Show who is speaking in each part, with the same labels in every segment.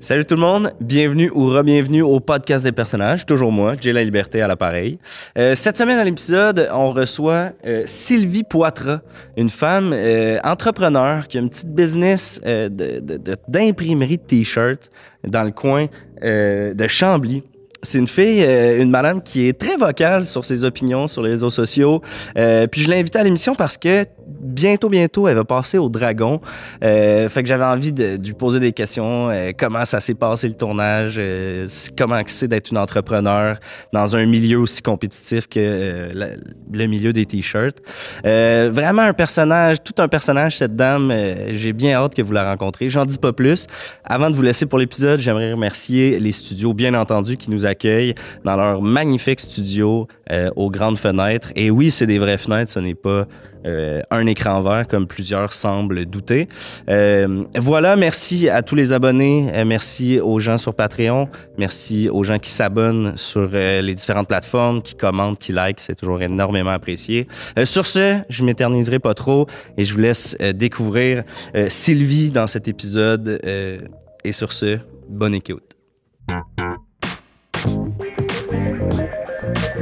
Speaker 1: Salut tout le monde, bienvenue ou re-bienvenue au podcast des personnages. Toujours moi, j'ai la liberté à l'appareil. Euh, cette semaine à l'épisode, on reçoit euh, Sylvie Poitras, une femme euh, entrepreneur qui a une petite business euh, de- de- de- d'imprimerie de, t-shirts dans le coin euh, de Chambly. C'est une fille, euh, une madame qui est très vocale sur ses opinions sur les réseaux sociaux. Euh, puis je l'ai invitée à l'émission parce que bientôt, bientôt, elle va passer au Dragon. Euh, fait que j'avais envie de, de lui poser des questions. euh, comment ça s'est passé le tournage? euh, c- comment que c'est d'être une entrepreneur dans un milieu aussi compétitif que euh, la- le milieu des T-shirts? Euh, vraiment un personnage, tout un personnage, cette dame. Euh, J'ai bien hâte que vous la rencontriez. J'en dis pas plus. Avant de vous laisser pour l'épisode, j'aimerais remercier les studios, bien entendu, qui nous accueillent dans leur magnifique studio euh, aux grandes fenêtres. Et oui, c'est des vraies fenêtres, ce n'est pas euh, un écran vert comme plusieurs semblent douter. Euh, voilà, merci à tous les abonnés, euh, merci aux gens sur Patreon, merci aux gens qui s'abonnent sur euh, les différentes plateformes, qui commentent, qui likent, c'est toujours énormément apprécié. Euh, sur ce, je m'éterniserai pas trop et je vous laisse euh, découvrir euh, Sylvie dans cet épisode. euh, et sur ce, bonne écoute.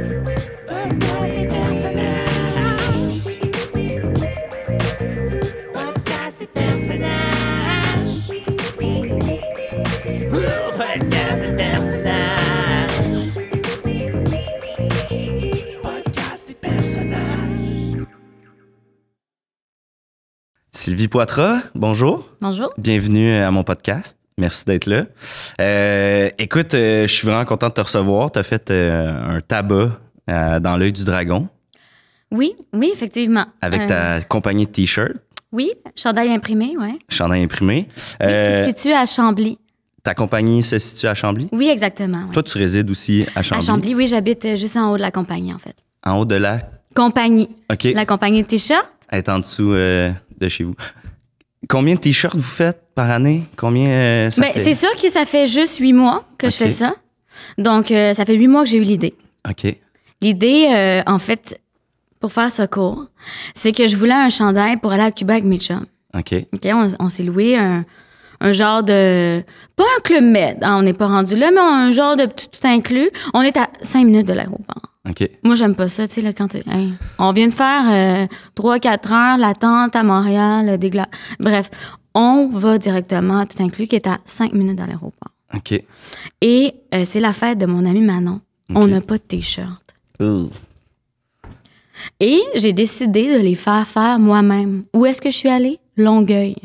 Speaker 2: Podcast des personnages. Podcast des personnages. Ouh, Podcast des personnages. Podcast des personnages.
Speaker 1: Sylvie Poitras, bonjour.
Speaker 3: Bonjour.
Speaker 1: Bienvenue à mon podcast. Merci d'être là. Euh, écoute, euh, je suis vraiment content de te recevoir. Tu as fait euh, un tabac euh, dans l'œil du dragon
Speaker 3: Oui, oui, effectivement.
Speaker 1: avec
Speaker 3: Euh,
Speaker 1: ta compagnie de t-shirts,
Speaker 3: Oui, chandail imprimé, ouais.
Speaker 1: chandail imprimé.
Speaker 3: Oui,
Speaker 1: Euh,
Speaker 3: qui se situe à Chambly.
Speaker 1: ta compagnie se situe à Chambly.
Speaker 3: Oui, exactement. ouais.
Speaker 1: Toi, tu résides aussi à
Speaker 3: à
Speaker 1: Chambly,
Speaker 3: Chambly, oui, j'habite euh, juste en haut de la compagnie, en fait.
Speaker 1: en haut de la.
Speaker 3: Compagnie.
Speaker 1: OK,
Speaker 3: La compagnie de t-shirts,
Speaker 1: être en dessous euh, de chez vous. Combien de t-shirts vous faites par année? Combien euh, ça
Speaker 3: ben,
Speaker 1: fait?
Speaker 3: c'est sûr que ça fait juste huit mois que je
Speaker 1: Ok.
Speaker 3: fais ça. Donc, euh, ça fait huit mois que j'ai eu l'idée.
Speaker 1: OK.
Speaker 3: L'idée, euh, en fait, pour faire ce cours, c'est que je voulais un chandail pour aller à Cuba avec mes chums.
Speaker 1: OK.
Speaker 3: OK, on, on s'est loué un, un genre de. Pas un club med, hein, on n'est pas rendu là, mais un genre de tout, tout inclus. On est à cinq minutes de l'aéroport.
Speaker 1: OK.
Speaker 3: Moi, j'aime pas ça, tu sais, là, quand. t'es- hey, on vient de faire euh, trois, quatre heures, l'attente à Montréal, euh, des gla- Bref, on va directement à tout inclus, qui est à cinq minutes de l'aéroport.
Speaker 1: OK.
Speaker 3: Et euh, c'est la fête de mon ami Manon. On n'a pas de T-shirt. Et j'ai décidé de les faire faire moi-même. Où est-ce que je suis allée? Longueuil.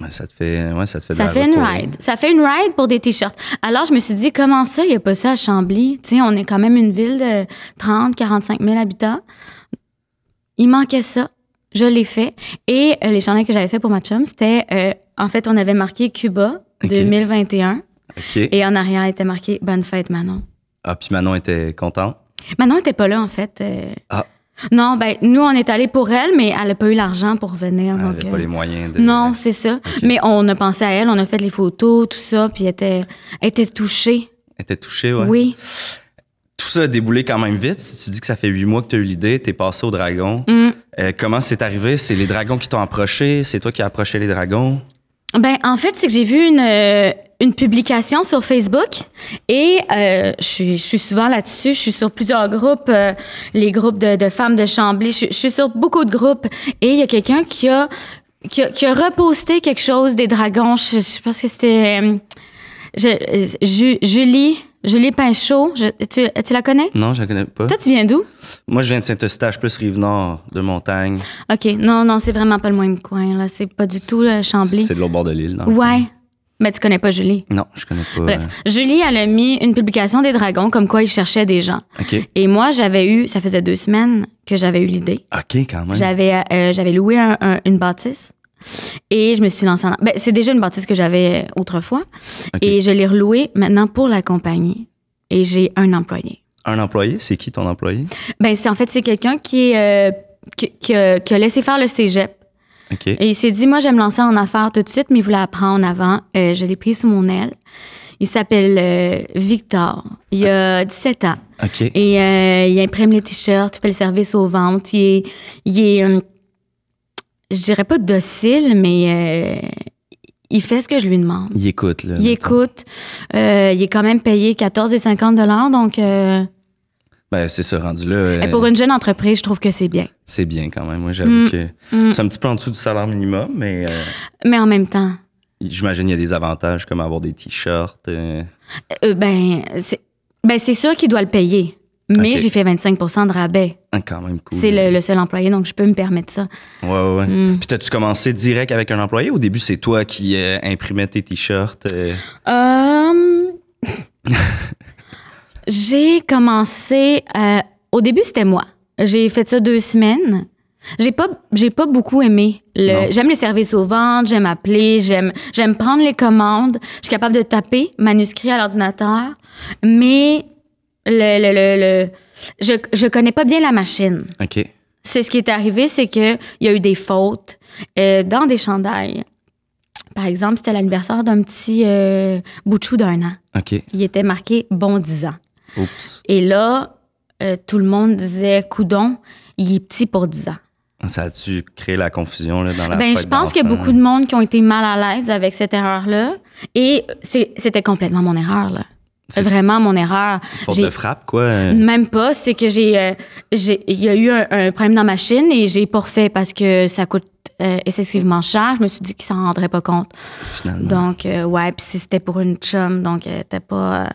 Speaker 1: Ouais, ça te fait, ouais, ça te fait de
Speaker 3: Ça
Speaker 1: la
Speaker 3: fait une
Speaker 1: route pour-
Speaker 3: ride. Ça fait une ride pour des t-shirts. Alors, je me suis dit, comment ça, il n'y a pas ça à Chambly? Tu sais, on est quand même une ville de 30, 45 000 habitants. Il manquait ça. Je l'ai fait. Et euh, les chandails que j'avais fait pour ma chum, c'était, euh, en fait, on avait marqué Cuba
Speaker 1: Ok.
Speaker 3: 2021.
Speaker 1: hein. OK.
Speaker 3: Et en arrière, était marqué Bonne fête, Manon.
Speaker 1: Ah, puis Manon était contente.
Speaker 3: Manon n'était pas là, en fait. euh.
Speaker 1: Ah.
Speaker 3: Non, ben, nous, on est allés pour elle, mais elle n'a pas eu l'argent pour venir.
Speaker 1: Elle
Speaker 3: donc,
Speaker 1: n'avait
Speaker 3: euh,
Speaker 1: pas les moyens de.
Speaker 3: non, c'est ça. Mais on a pensé à elle, on a fait les photos, tout ça, puis elle était, elle était touchée.
Speaker 1: Elle était touchée, ouais.
Speaker 3: Oui.
Speaker 1: Tout ça a déboulé quand même vite. Si tu dis que ça fait huit mois que tu as eu l'idée, tu es passé au dragon. Euh,
Speaker 3: Mm.
Speaker 1: comment c'est arrivé? C'est les dragons qui t'ont approché? C'est toi qui as approché les dragons?
Speaker 3: Ben, en fait, c'est que j'ai vu une, euh, une publication sur Facebook et euh, je, suis, je suis souvent là-dessus. Je suis sur plusieurs groupes, euh, les groupes de, de femmes de Chambly. Je, je suis sur beaucoup de groupes et il y a quelqu'un qui a, qui, a, qui a reposté quelque chose des dragons. Je, je pense que c'était euh, je- euh, Ju- Julie, Julie Pinchot. Je- tu, tu la connais?
Speaker 1: Non, je la connais pas.
Speaker 3: Toi, tu viens d'où?
Speaker 1: Moi, je viens de Saint-Eustache, plus Rive-Nord, de Montagne.
Speaker 3: OK. Non, non, c'est vraiment pas le même coin, là. C'est pas du tout là, Chambly.
Speaker 1: C'est de l'autre bord de l'île, non?
Speaker 3: Ouais. Mais tu connais pas Julie.
Speaker 1: Non, je connais pas.
Speaker 3: Bref, Julie, elle a mis une publication des dragons comme quoi ils cherchaient des gens.
Speaker 1: euh, OK.
Speaker 3: Et moi, j'avais eu, ça faisait deux semaines que j'avais eu l'idée.
Speaker 1: OK, quand même.
Speaker 3: J'avais, euh, j'avais loué un- un- une bâtisse et je me suis lancée en. Ben, c'est déjà une bâtisse que j'avais autrefois
Speaker 1: OK.
Speaker 3: et je l'ai relouée maintenant pour la compagnie et j'ai un employé.
Speaker 1: Un employé, c'est qui ton employé?
Speaker 3: Ben, c'est en fait, c'est quelqu'un qui, est, euh, qui, qui a, qui a laissé faire le cégep
Speaker 1: OK.
Speaker 3: Et il s'est dit, moi, je vais me lancer en affaires tout de suite, mais il voulait apprendre avant. Euh, je l'ai pris sous mon aile. Il s'appelle euh, Victor. Il a 17 ans.
Speaker 1: OK.
Speaker 3: Et euh, il imprime les t-shirts, il fait le service aux ventes. Il est, il est, hum, je dirais pas docile, mais euh, il fait ce que je lui demande.
Speaker 1: Il écoute, là.
Speaker 3: Il écoute. Euh, il est quand même payé 14,50 donc euh,
Speaker 1: Ben, c'est ça, rendu là. euh,
Speaker 3: et pour une jeune entreprise, je trouve que c'est bien.
Speaker 1: C'est bien quand même. Moi, j'avoue
Speaker 3: Mm.
Speaker 1: que
Speaker 3: Mm.
Speaker 1: c'est un petit peu en dessous du salaire minimum, mais euh,
Speaker 3: Mais en même temps,
Speaker 1: j'imagine il y a des avantages comme avoir des t-shirts. euh,
Speaker 3: euh, ben, c'est ben, c'est sûr qu'il doit le payer. Mais
Speaker 1: Ok.
Speaker 3: j'ai fait 25 de rabais.
Speaker 1: ah, quand même cool.
Speaker 3: C'est le, le seul employé, donc je peux me permettre ça.
Speaker 1: Ouais, ouais, ouais.
Speaker 3: Mm.
Speaker 1: Puis, t'as-tu commencé direct avec un employé? Au début, c'est toi qui euh, imprimais tes t-shirts. euh,
Speaker 3: Euh, j'ai commencé. euh, au début, c'était moi. J'ai fait ça deux semaines. J'ai pas, j'ai pas beaucoup aimé.
Speaker 1: Non.
Speaker 3: Le, j'aime les services au ventre, j'aime appeler, j'aime, j'aime prendre les commandes. Je suis capable de taper manuscrit à l'ordinateur, mais le, le, le, le- je, je connais pas bien la machine.
Speaker 1: OK.
Speaker 3: C'est ce qui est arrivé, c'est que il y a eu des fautes euh, dans des chandails. Par exemple, c'était l'anniversaire d'un petit euh, boutchou d'un an.
Speaker 1: OK.
Speaker 3: Il était marqué bon 10 ans.
Speaker 1: Oups.
Speaker 3: Et là, euh, tout le monde disait coudon, il est petit pour 10 ans.
Speaker 1: Ah, Ça a-tu créé la confusion là, dans la
Speaker 3: Ben, je pense qu'il y a beaucoup de monde qui ont été mal à l'aise avec cette erreur-là. Et c'est- c'était complètement mon erreur, là.
Speaker 1: C'est-
Speaker 3: Vraiment mon erreur.
Speaker 1: Faute
Speaker 3: J'ai- Mm.
Speaker 1: de frappe, quoi. euh,
Speaker 3: Même pas, c'est que j'ai, euh, j'ai- il y a eu un, un problème dans ma machine et j'ai pourfait parce que ça coûte euh, excessivement cher. Je me suis dit qu'ils s'en rendraient pas compte.
Speaker 1: finalement.
Speaker 3: Donc euh, ouais, puis si c'était pour une chum, donc euh, t'as pas. euh,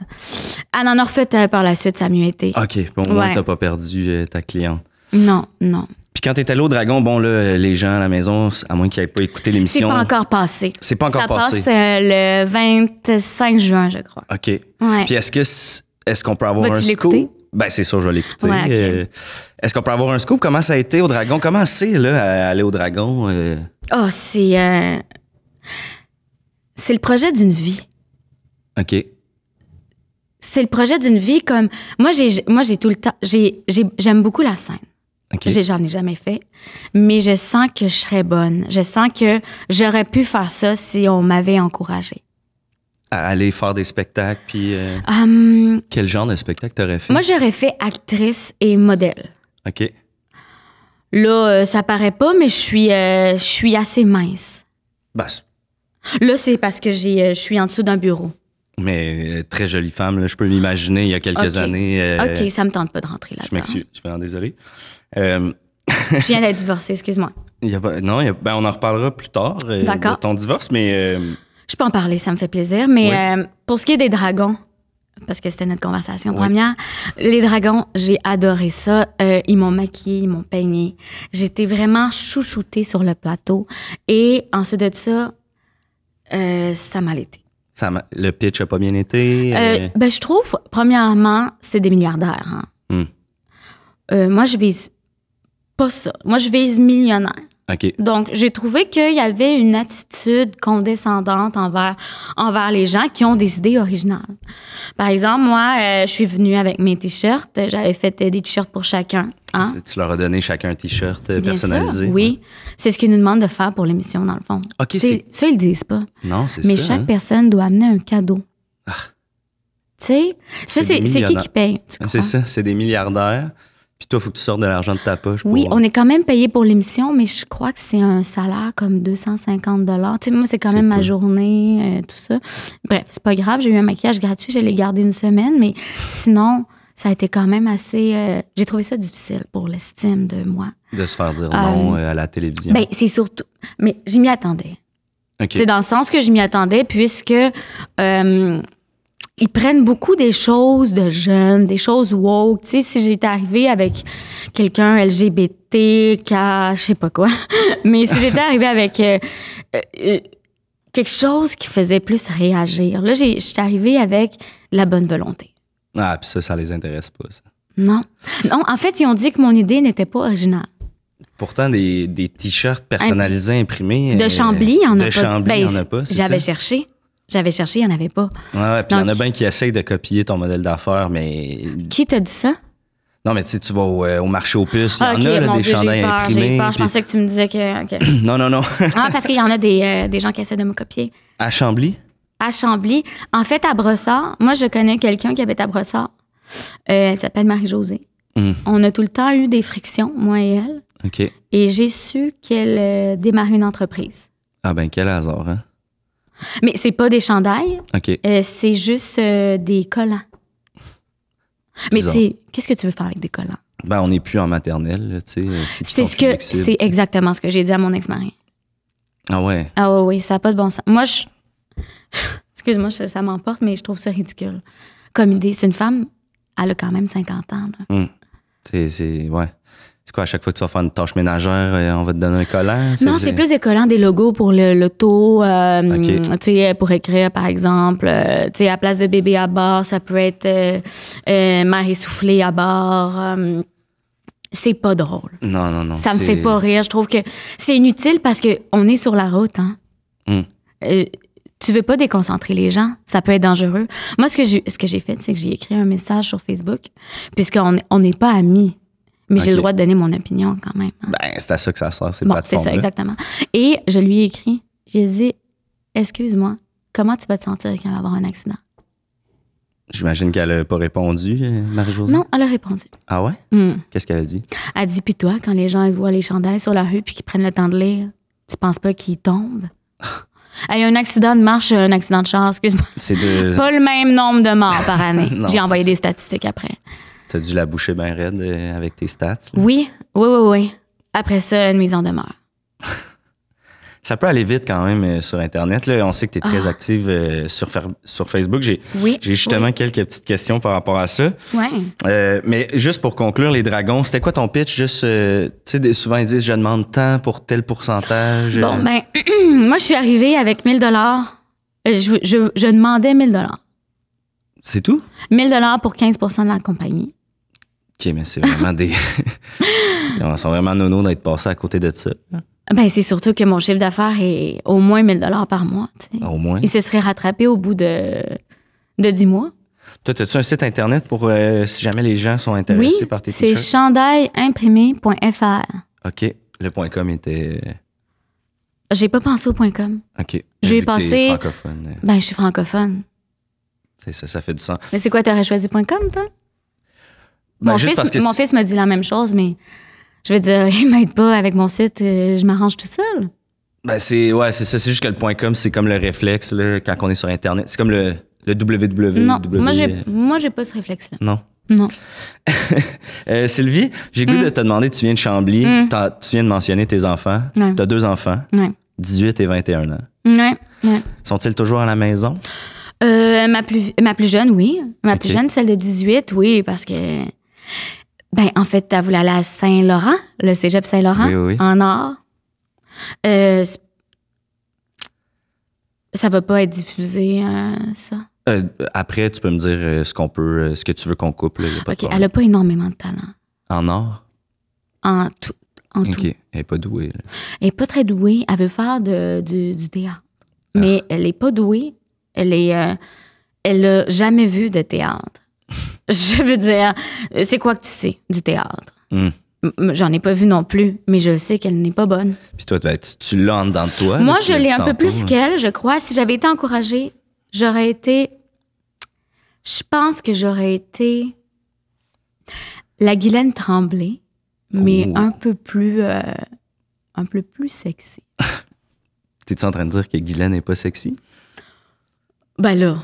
Speaker 3: Elle en a refait euh, par la suite, ça a mieux été.
Speaker 1: OK. Bon, au moins,
Speaker 3: Ouais.
Speaker 1: t'as pas perdu euh, ta cliente.
Speaker 3: Non, non,
Speaker 1: Puis quand t'es allé au Dragon, bon, là, euh, les gens à la maison, c- à moins qu'ils aient pas écouté
Speaker 3: c'est
Speaker 1: l'émission.
Speaker 3: pas encore passé.
Speaker 1: C'est pas encore
Speaker 3: ça
Speaker 1: passé.
Speaker 3: passe euh, le 25 juin, je crois.
Speaker 1: OK.
Speaker 3: Ouais.
Speaker 1: Puis euh, est-ce que c- est-ce qu'on peut avoir
Speaker 3: Vas-tu
Speaker 1: un
Speaker 3: l'écouter?
Speaker 1: scoop? Ben c'est sûr, je vais l'écouter.
Speaker 3: Ouais, ok.
Speaker 1: Euh, est-ce qu'on peut avoir un scoop? Comment ça a été au Dragon? Comment c'est là à aller au Dragon? euh?
Speaker 3: Oh, c'est euh, c'est le projet d'une vie.
Speaker 1: Ok.
Speaker 3: c'est le projet d'une vie comme moi j'ai moi j'ai tout le temps j'ai j'ai- j'aime beaucoup la scène
Speaker 1: Ok.
Speaker 3: J'ai- j'en ai jamais fait mais je sens que je serais bonne je sens que j'aurais pu faire ça si on m'avait encouragée
Speaker 1: À aller faire des spectacles. Puis euh,
Speaker 3: Hum,
Speaker 1: quel genre de spectacle t'aurais fait?
Speaker 3: moi j'aurais fait actrice et modèle
Speaker 1: ok.
Speaker 3: là euh, ça paraît pas mais je suis euh, je suis assez mince
Speaker 1: Ben, c'est-
Speaker 3: là c'est parce que j'ai euh, je suis en dessous d'un bureau
Speaker 1: mais euh, très jolie femme, là, je peux l'imaginer il y a quelques
Speaker 3: Ok.
Speaker 1: années. euh,
Speaker 3: ok ça me tente pas de rentrer là
Speaker 1: Je
Speaker 3: dedans
Speaker 1: m'excuse, je suis vraiment désolé. Euh,
Speaker 3: je viens d'être divorcée excuse-moi
Speaker 1: il y a pas- non, il y a- ben, on en reparlera plus tard euh,
Speaker 3: D'accord.
Speaker 1: de ton divorce, mais euh,
Speaker 3: Je peux en parler, ça me fait plaisir. Mais
Speaker 1: Oui.
Speaker 3: euh, pour ce qui est des dragons, parce que c'était notre conversation
Speaker 1: Oui.
Speaker 3: première, les dragons, j'ai adoré ça. Euh, ils m'ont maquillée, ils m'ont peignée. J'étais vraiment chouchoutée sur le plateau. Et ensuite de ça, euh, ça m'a l'été.
Speaker 1: ça m'a- le pitch a pas bien été.
Speaker 3: Euh,
Speaker 1: euh,
Speaker 3: ben, je trouve, premièrement, c'est des milliardaires. hein.
Speaker 1: Hmm.
Speaker 3: Euh, moi, je vise pas ça. Moi, je vise millionnaire.
Speaker 1: euh, ok.
Speaker 3: Donc, j'ai trouvé qu'il y avait une attitude condescendante envers, envers les gens qui ont des idées originales. Par exemple, moi, euh, je suis venue avec mes t-shirts. J'avais fait euh, des t-shirts pour chacun. Hein?
Speaker 1: Tu leur as donné chacun un t-shirt euh,
Speaker 3: Bien
Speaker 1: personnalisé.
Speaker 3: sûr, oui. C'est ce qu'ils nous demandent de faire pour l'émission, dans le fond.
Speaker 1: OK,
Speaker 3: Tu sais,
Speaker 1: c'est-
Speaker 3: Ça, ils le disent pas.
Speaker 1: Non, c'est ça.
Speaker 3: Mais chaque
Speaker 1: hein.
Speaker 3: personne doit amener un cadeau.
Speaker 1: Ah.
Speaker 3: Tu sais,
Speaker 1: C'est
Speaker 3: ça, c'est c'est qui
Speaker 1: millionnaire.
Speaker 3: qui paye? tu
Speaker 1: C'est
Speaker 3: comprends?
Speaker 1: ça, c'est des milliardaires. Puis toi, il faut que tu sortes de l'argent de ta poche.
Speaker 3: Oui,
Speaker 1: pour...
Speaker 3: on est quand même payé pour l'émission, mais je crois que c'est un salaire comme 250 dollars. Tu sais, moi, c'est quand
Speaker 1: C'est
Speaker 3: même ma
Speaker 1: peu.
Speaker 3: journée, euh, tout ça. Bref, c'est pas grave. J'ai eu un maquillage gratuit, je l'ai gardé une semaine, mais sinon, ça a été quand même assez. euh, J'ai trouvé ça difficile pour l'estime de moi.
Speaker 1: de se faire dire
Speaker 3: Euh,
Speaker 1: non euh, à la télévision.
Speaker 3: Ben, c'est surtout. Mais je m'y attendais.
Speaker 1: OK.
Speaker 3: C'est dans le sens que je m'y attendais, puisque euh, ils prennent beaucoup des choses de jeunes, des choses woke. Tu sais, si j'étais arrivée avec quelqu'un LGBT, K, je sais pas quoi, mais si j'étais arrivée avec euh, euh, euh, quelque chose qui faisait plus réagir, là, j'ai- j'étais arrivée avec de la bonne volonté.
Speaker 1: Ah, puis ça, ça les intéresse pas. ça.
Speaker 3: Non. Non, en fait, ils ont dit que mon idée n'était pas originale.
Speaker 1: Pourtant, des, des t-shirts personnalisés, imprimés.
Speaker 3: De
Speaker 1: euh,
Speaker 3: Chambly, il y en a
Speaker 1: de
Speaker 3: pas. Ben,
Speaker 1: Chambly, il y en a pas. c'est ça?
Speaker 3: J'avais cherché. J'avais cherché, il n'y en avait pas.
Speaker 1: Ouais, ouais, puis il y en a
Speaker 3: Donc-
Speaker 1: bien qui essayent de copier ton modèle d'affaires, mais.
Speaker 3: Qui t'a dit ça?
Speaker 1: Non, mais tu sais, tu vas au, euh, au marché aux puces, il
Speaker 3: Ah,
Speaker 1: y
Speaker 3: ok,
Speaker 1: en a là,
Speaker 3: mon
Speaker 1: des
Speaker 3: Dieu, j'ai
Speaker 1: chandails
Speaker 3: eu peur, J'ai eu
Speaker 1: imprimés.
Speaker 3: peur, je
Speaker 1: puis-
Speaker 3: pensais que tu me disais que. ok.
Speaker 1: Non, non, non.
Speaker 3: ah, parce qu'il y en a des, euh, des gens qui essaient de me copier.
Speaker 1: à Chambly?
Speaker 3: À Chambly, en fait, à Brossard, moi, je connais quelqu'un qui habite à Brossard. Euh, elle s'appelle Marie-Josée.
Speaker 1: Hum,
Speaker 3: On a tout le temps eu des frictions, moi et elle.
Speaker 1: OK.
Speaker 3: Et j'ai su qu'elle euh, démarrait une entreprise.
Speaker 1: Ah, ben, quel hasard, hein?
Speaker 3: Mais c'est pas des chandails,
Speaker 1: OK.
Speaker 3: euh, c'est juste euh, des collants. Mais tu
Speaker 1: Bizarre.
Speaker 3: sais, qu'est-ce que tu veux faire avec des collants?
Speaker 1: Ben, on n'est plus en maternelle, là, tu sais. euh, si tu
Speaker 3: C'est
Speaker 1: sors
Speaker 3: ce
Speaker 1: plus
Speaker 3: que
Speaker 1: flexible,
Speaker 3: c'est
Speaker 1: tu sais.
Speaker 3: exactement ce que j'ai dit à mon ex-mari.
Speaker 1: Ah ouais.
Speaker 3: Ah oui, oui, ça n'a pas de bon sens. Moi, je. Excuse-moi, je- ça m'emporte, mais je trouve ça ridicule. Comme idée, c'est une femme, elle a quand même 50 ans. là.
Speaker 1: Hum. C'est, c'est, ouais. C'est quoi, à chaque fois que tu vas faire une tâche ménagère, euh, on va te donner un collant?
Speaker 3: Non, c'est plus des collants, des logos pour le l'auto, euh,
Speaker 1: Ok.
Speaker 3: tu sais, pour écrire, par exemple. euh, tu sais, à place de bébé à bord, ça peut être euh, euh, mère essoufflée à bord. euh, c'est pas drôle.
Speaker 1: Non, non, non.
Speaker 3: Ça me
Speaker 1: c'est-
Speaker 3: fait pas rire. Je trouve que c'est inutile parce que on est sur la route. Hein.
Speaker 1: Hum.
Speaker 3: Euh, tu veux pas déconcentrer les gens, ça peut être dangereux. Moi, ce que j'ai, ce que j'ai fait, c'est que j'ai écrit un message sur Facebook, puisqu'on est- on n'est pas amis, mais j'ai
Speaker 1: Ok.
Speaker 3: le droit de donner mon opinion quand même. hein.
Speaker 1: Ben, c'est à ça que ça sert, ces
Speaker 3: bon, c'est
Speaker 1: plateformes
Speaker 3: ça, exactement. Et je lui ai écrit, j'ai dit, excuse-moi, comment tu vas te sentir quand il va y avoir un accident?
Speaker 1: J'imagine qu'elle n'a pas répondu, euh, Marie-Josée.
Speaker 3: Non, elle a répondu.
Speaker 1: Ah ouais?
Speaker 3: Hmm.
Speaker 1: Qu'est-ce qu'elle a dit?
Speaker 3: Elle dit, puis toi, quand les gens ils voient les chandelles sur la rue puis qu'ils prennent le temps de lire, tu penses pas qu'ils tombent? Il y a un accident de marche, un accident de char, excuse-moi.
Speaker 1: C'est de.
Speaker 3: Pas le même nombre de morts par année.
Speaker 1: Non,
Speaker 3: J'ai
Speaker 1: c'est
Speaker 3: envoyé
Speaker 1: ça.
Speaker 3: des statistiques après.
Speaker 1: T'as dû la boucher bien raide euh, avec tes stats. là.
Speaker 3: Oui, oui, oui, oui. Après ça, une mise en demeure.
Speaker 1: Ça peut aller vite quand même euh, sur Internet. Là. On sait que tu es très active euh, sur, fer- sur Facebook. J'ai
Speaker 3: Ah. Oui.
Speaker 1: j'ai justement quelques petites questions par rapport à ça.
Speaker 3: Ouais.
Speaker 1: Euh, mais juste pour conclure, les dragons, c'était quoi ton pitch? Juste, euh, tu sais, des- souvent ils disent je demande tant pour tel pourcentage.
Speaker 3: Bon,
Speaker 1: Euh,
Speaker 3: ben, moi, je suis arrivée avec 1000 dollars. Euh, Je, je, je demandais 1000 dollars.
Speaker 1: Euh, C'est tout?
Speaker 3: 1000 dollars pour 15 de la compagnie.
Speaker 1: OK, mais c'est vraiment des. Ils sont vraiment nono d'être passés à côté de ça,
Speaker 3: Ben, c'est surtout que mon chiffre d'affaires est au moins 1000 dollars par mois. tu sais.
Speaker 1: au moins.
Speaker 3: Il se serait rattrapé au bout de, de 10 mois.
Speaker 1: Toi, as-tu un site internet pour euh, si jamais les gens sont intéressés
Speaker 3: oui,
Speaker 1: par tes
Speaker 3: c'est
Speaker 1: t-shirts?
Speaker 3: chandailimprimer.fr.
Speaker 1: OK. Le point .com était. euh,
Speaker 3: J'ai pas pensé au point .com.
Speaker 1: OK. Vu
Speaker 3: J'ai
Speaker 1: que t'es
Speaker 3: passé-
Speaker 1: francophone, euh,
Speaker 3: Ben, je suis francophone.
Speaker 1: c'est ça, ça fait du sens.
Speaker 3: Mais c'est quoi, t'aurais choisi .com, toi?
Speaker 1: Ben,
Speaker 3: mon
Speaker 1: juste
Speaker 3: fils,
Speaker 1: parce que
Speaker 3: mon
Speaker 1: si-
Speaker 3: fils me dit la même chose, mais je veux dire, il m'aide pas avec mon site, euh, je m'arrange tout seul.
Speaker 1: Ben, c'est ouais, c'est ça. C'est juste que le point .com, c'est comme le réflexe là, quand on est sur Internet. C'est comme le, le www.
Speaker 3: non, moi, j'ai, moi, j'ai pas ce réflexe-là.
Speaker 1: Non.
Speaker 3: Non.
Speaker 1: Euh, Sylvie, j'ai le goût
Speaker 3: Mm.
Speaker 1: de te demander, tu viens de Chambly, t'as- tu viens de mentionner tes enfants.
Speaker 3: Ouais.
Speaker 1: Tu as deux enfants,
Speaker 3: Ouais.
Speaker 1: 18 et 21 ans.
Speaker 3: Ouais, ouais.
Speaker 1: Sont-ils toujours à la maison?
Speaker 3: Euh, ma, plus, ma plus jeune, oui. Ma plus
Speaker 1: Ok.
Speaker 3: jeune, celle de 18, oui, parce que. Ben, en fait, t'as voulu aller à Saint-Laurent, le cégep Saint-Laurent,
Speaker 1: Oui, oui, oui.
Speaker 3: en or. Euh, c'est- ça va pas être diffusé, euh, ça.
Speaker 1: Euh, après, tu peux me dire euh, ce qu'on peut, euh, ce que tu veux qu'on coupe. là, y a pas de
Speaker 3: OK,
Speaker 1: problème.
Speaker 3: elle a pas énormément de talent.
Speaker 1: En or?
Speaker 3: En tout. En
Speaker 1: OK.
Speaker 3: tout.
Speaker 1: Elle n'est pas douée. là.
Speaker 3: Elle n'est pas très douée. Elle veut faire de- du- du théâtre.
Speaker 1: Ah.
Speaker 3: Mais elle n'est pas douée. Elle est, euh, elle n'a jamais vu de théâtre. je veux dire, euh, c'est quoi que tu sais du théâtre?
Speaker 1: Hmm.
Speaker 3: M- m- J'en ai pas vu non plus, mais je sais qu'elle n'est pas bonne.
Speaker 1: Puis toi, ben, tu, tu l'as en dedans de toi. là,
Speaker 3: Moi,
Speaker 1: tu
Speaker 3: je
Speaker 1: l'as
Speaker 3: l'ai
Speaker 1: dit
Speaker 3: un peu
Speaker 1: tantôt,
Speaker 3: plus
Speaker 1: là.
Speaker 3: qu'elle, je crois. Si j'avais été encouragée, j'aurais été. Je pense que j'aurais été. La Guylaine Tremblay, mais
Speaker 1: Oh.
Speaker 3: un peu plus. euh, un peu plus sexy.
Speaker 1: T'es-tu en train de dire que Guylaine n'est pas sexy?
Speaker 3: Ben là,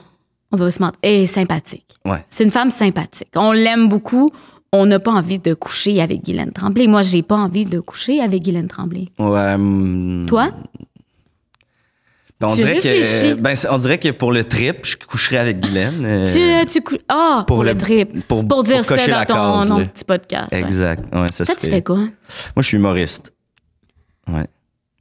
Speaker 3: on va se mentir. Elle est sympathique.
Speaker 1: Ouais.
Speaker 3: C'est une femme sympathique. On l'aime beaucoup. On n'a pas envie de coucher avec Guylaine Tremblay. Moi, j'ai pas envie de coucher avec Guylaine Tremblay.
Speaker 1: Ouais. hum,
Speaker 3: Toi?
Speaker 1: ben, on,
Speaker 3: tu
Speaker 1: dirait que,
Speaker 3: réfléchis.
Speaker 1: ben, c'est- on dirait que pour le trip, je coucherais avec Guylaine. euh,
Speaker 3: tu, tu cou- Ah, pour,
Speaker 1: pour
Speaker 3: le
Speaker 1: le-
Speaker 3: trip.
Speaker 1: pour-
Speaker 3: pour dire
Speaker 1: pour
Speaker 3: ça
Speaker 1: cocher
Speaker 3: dans
Speaker 1: la
Speaker 3: ton
Speaker 1: case,
Speaker 3: nom
Speaker 1: là.
Speaker 3: de petit podcast. ouais.
Speaker 1: Exact. Ouais, ça
Speaker 3: Toi,
Speaker 1: se
Speaker 3: tu
Speaker 1: fait.
Speaker 3: fais quoi?
Speaker 1: Moi, je suis humoriste. Ouais.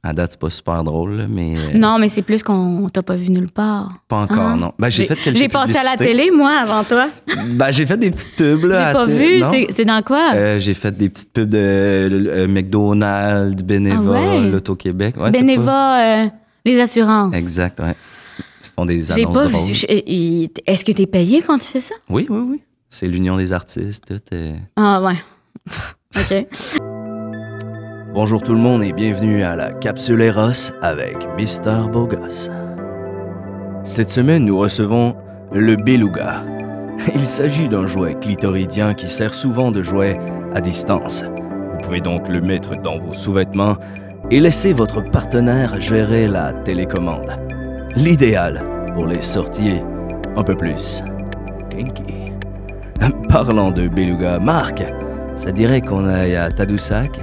Speaker 1: À date, c'est pas super drôle, là, mais. euh,
Speaker 3: Non, mais c'est plus qu'on t'a pas vu nulle part.
Speaker 1: Pas encore,
Speaker 3: Ah.
Speaker 1: non. Ben, j'ai fait quelques
Speaker 3: J'ai passé à la
Speaker 1: publicités.
Speaker 3: télé, moi, avant toi.
Speaker 1: Ben, j'ai fait des petites pubs,
Speaker 3: J'ai
Speaker 1: là. à
Speaker 3: pas
Speaker 1: télé-
Speaker 3: vu.
Speaker 1: non.
Speaker 3: C'est- C'est dans quoi?
Speaker 1: Euh, j'ai fait des petites pubs de euh, McDonald's, Beneva,
Speaker 3: Ah ouais?
Speaker 1: l'Auto-Québec. Ouais, t'as pas-
Speaker 3: Beneva, euh, les assurances.
Speaker 1: Exact, ouais. Ils font des
Speaker 3: J'ai
Speaker 1: annonces
Speaker 3: pas
Speaker 1: drôles.
Speaker 3: vu. Je- il- Est-ce que t'es payé quand tu fais ça?
Speaker 1: Oui, oui, oui. C'est l'union des artistes. tout, euh.
Speaker 3: Ah, ouais. OK.
Speaker 1: Bonjour tout le monde et bienvenue à la Capsule Eros avec Mister Bogos. Cette semaine, nous recevons le Beluga. Il s'agit d'un jouet clitoridien qui sert souvent de jouet à distance. Vous pouvez donc le mettre dans vos sous-vêtements et laisser votre partenaire gérer la télécommande. l'idéal pour les sorties un peu plus kinky. Parlant de Beluga, Marc, ça dirait qu'on aille à Tadoussac,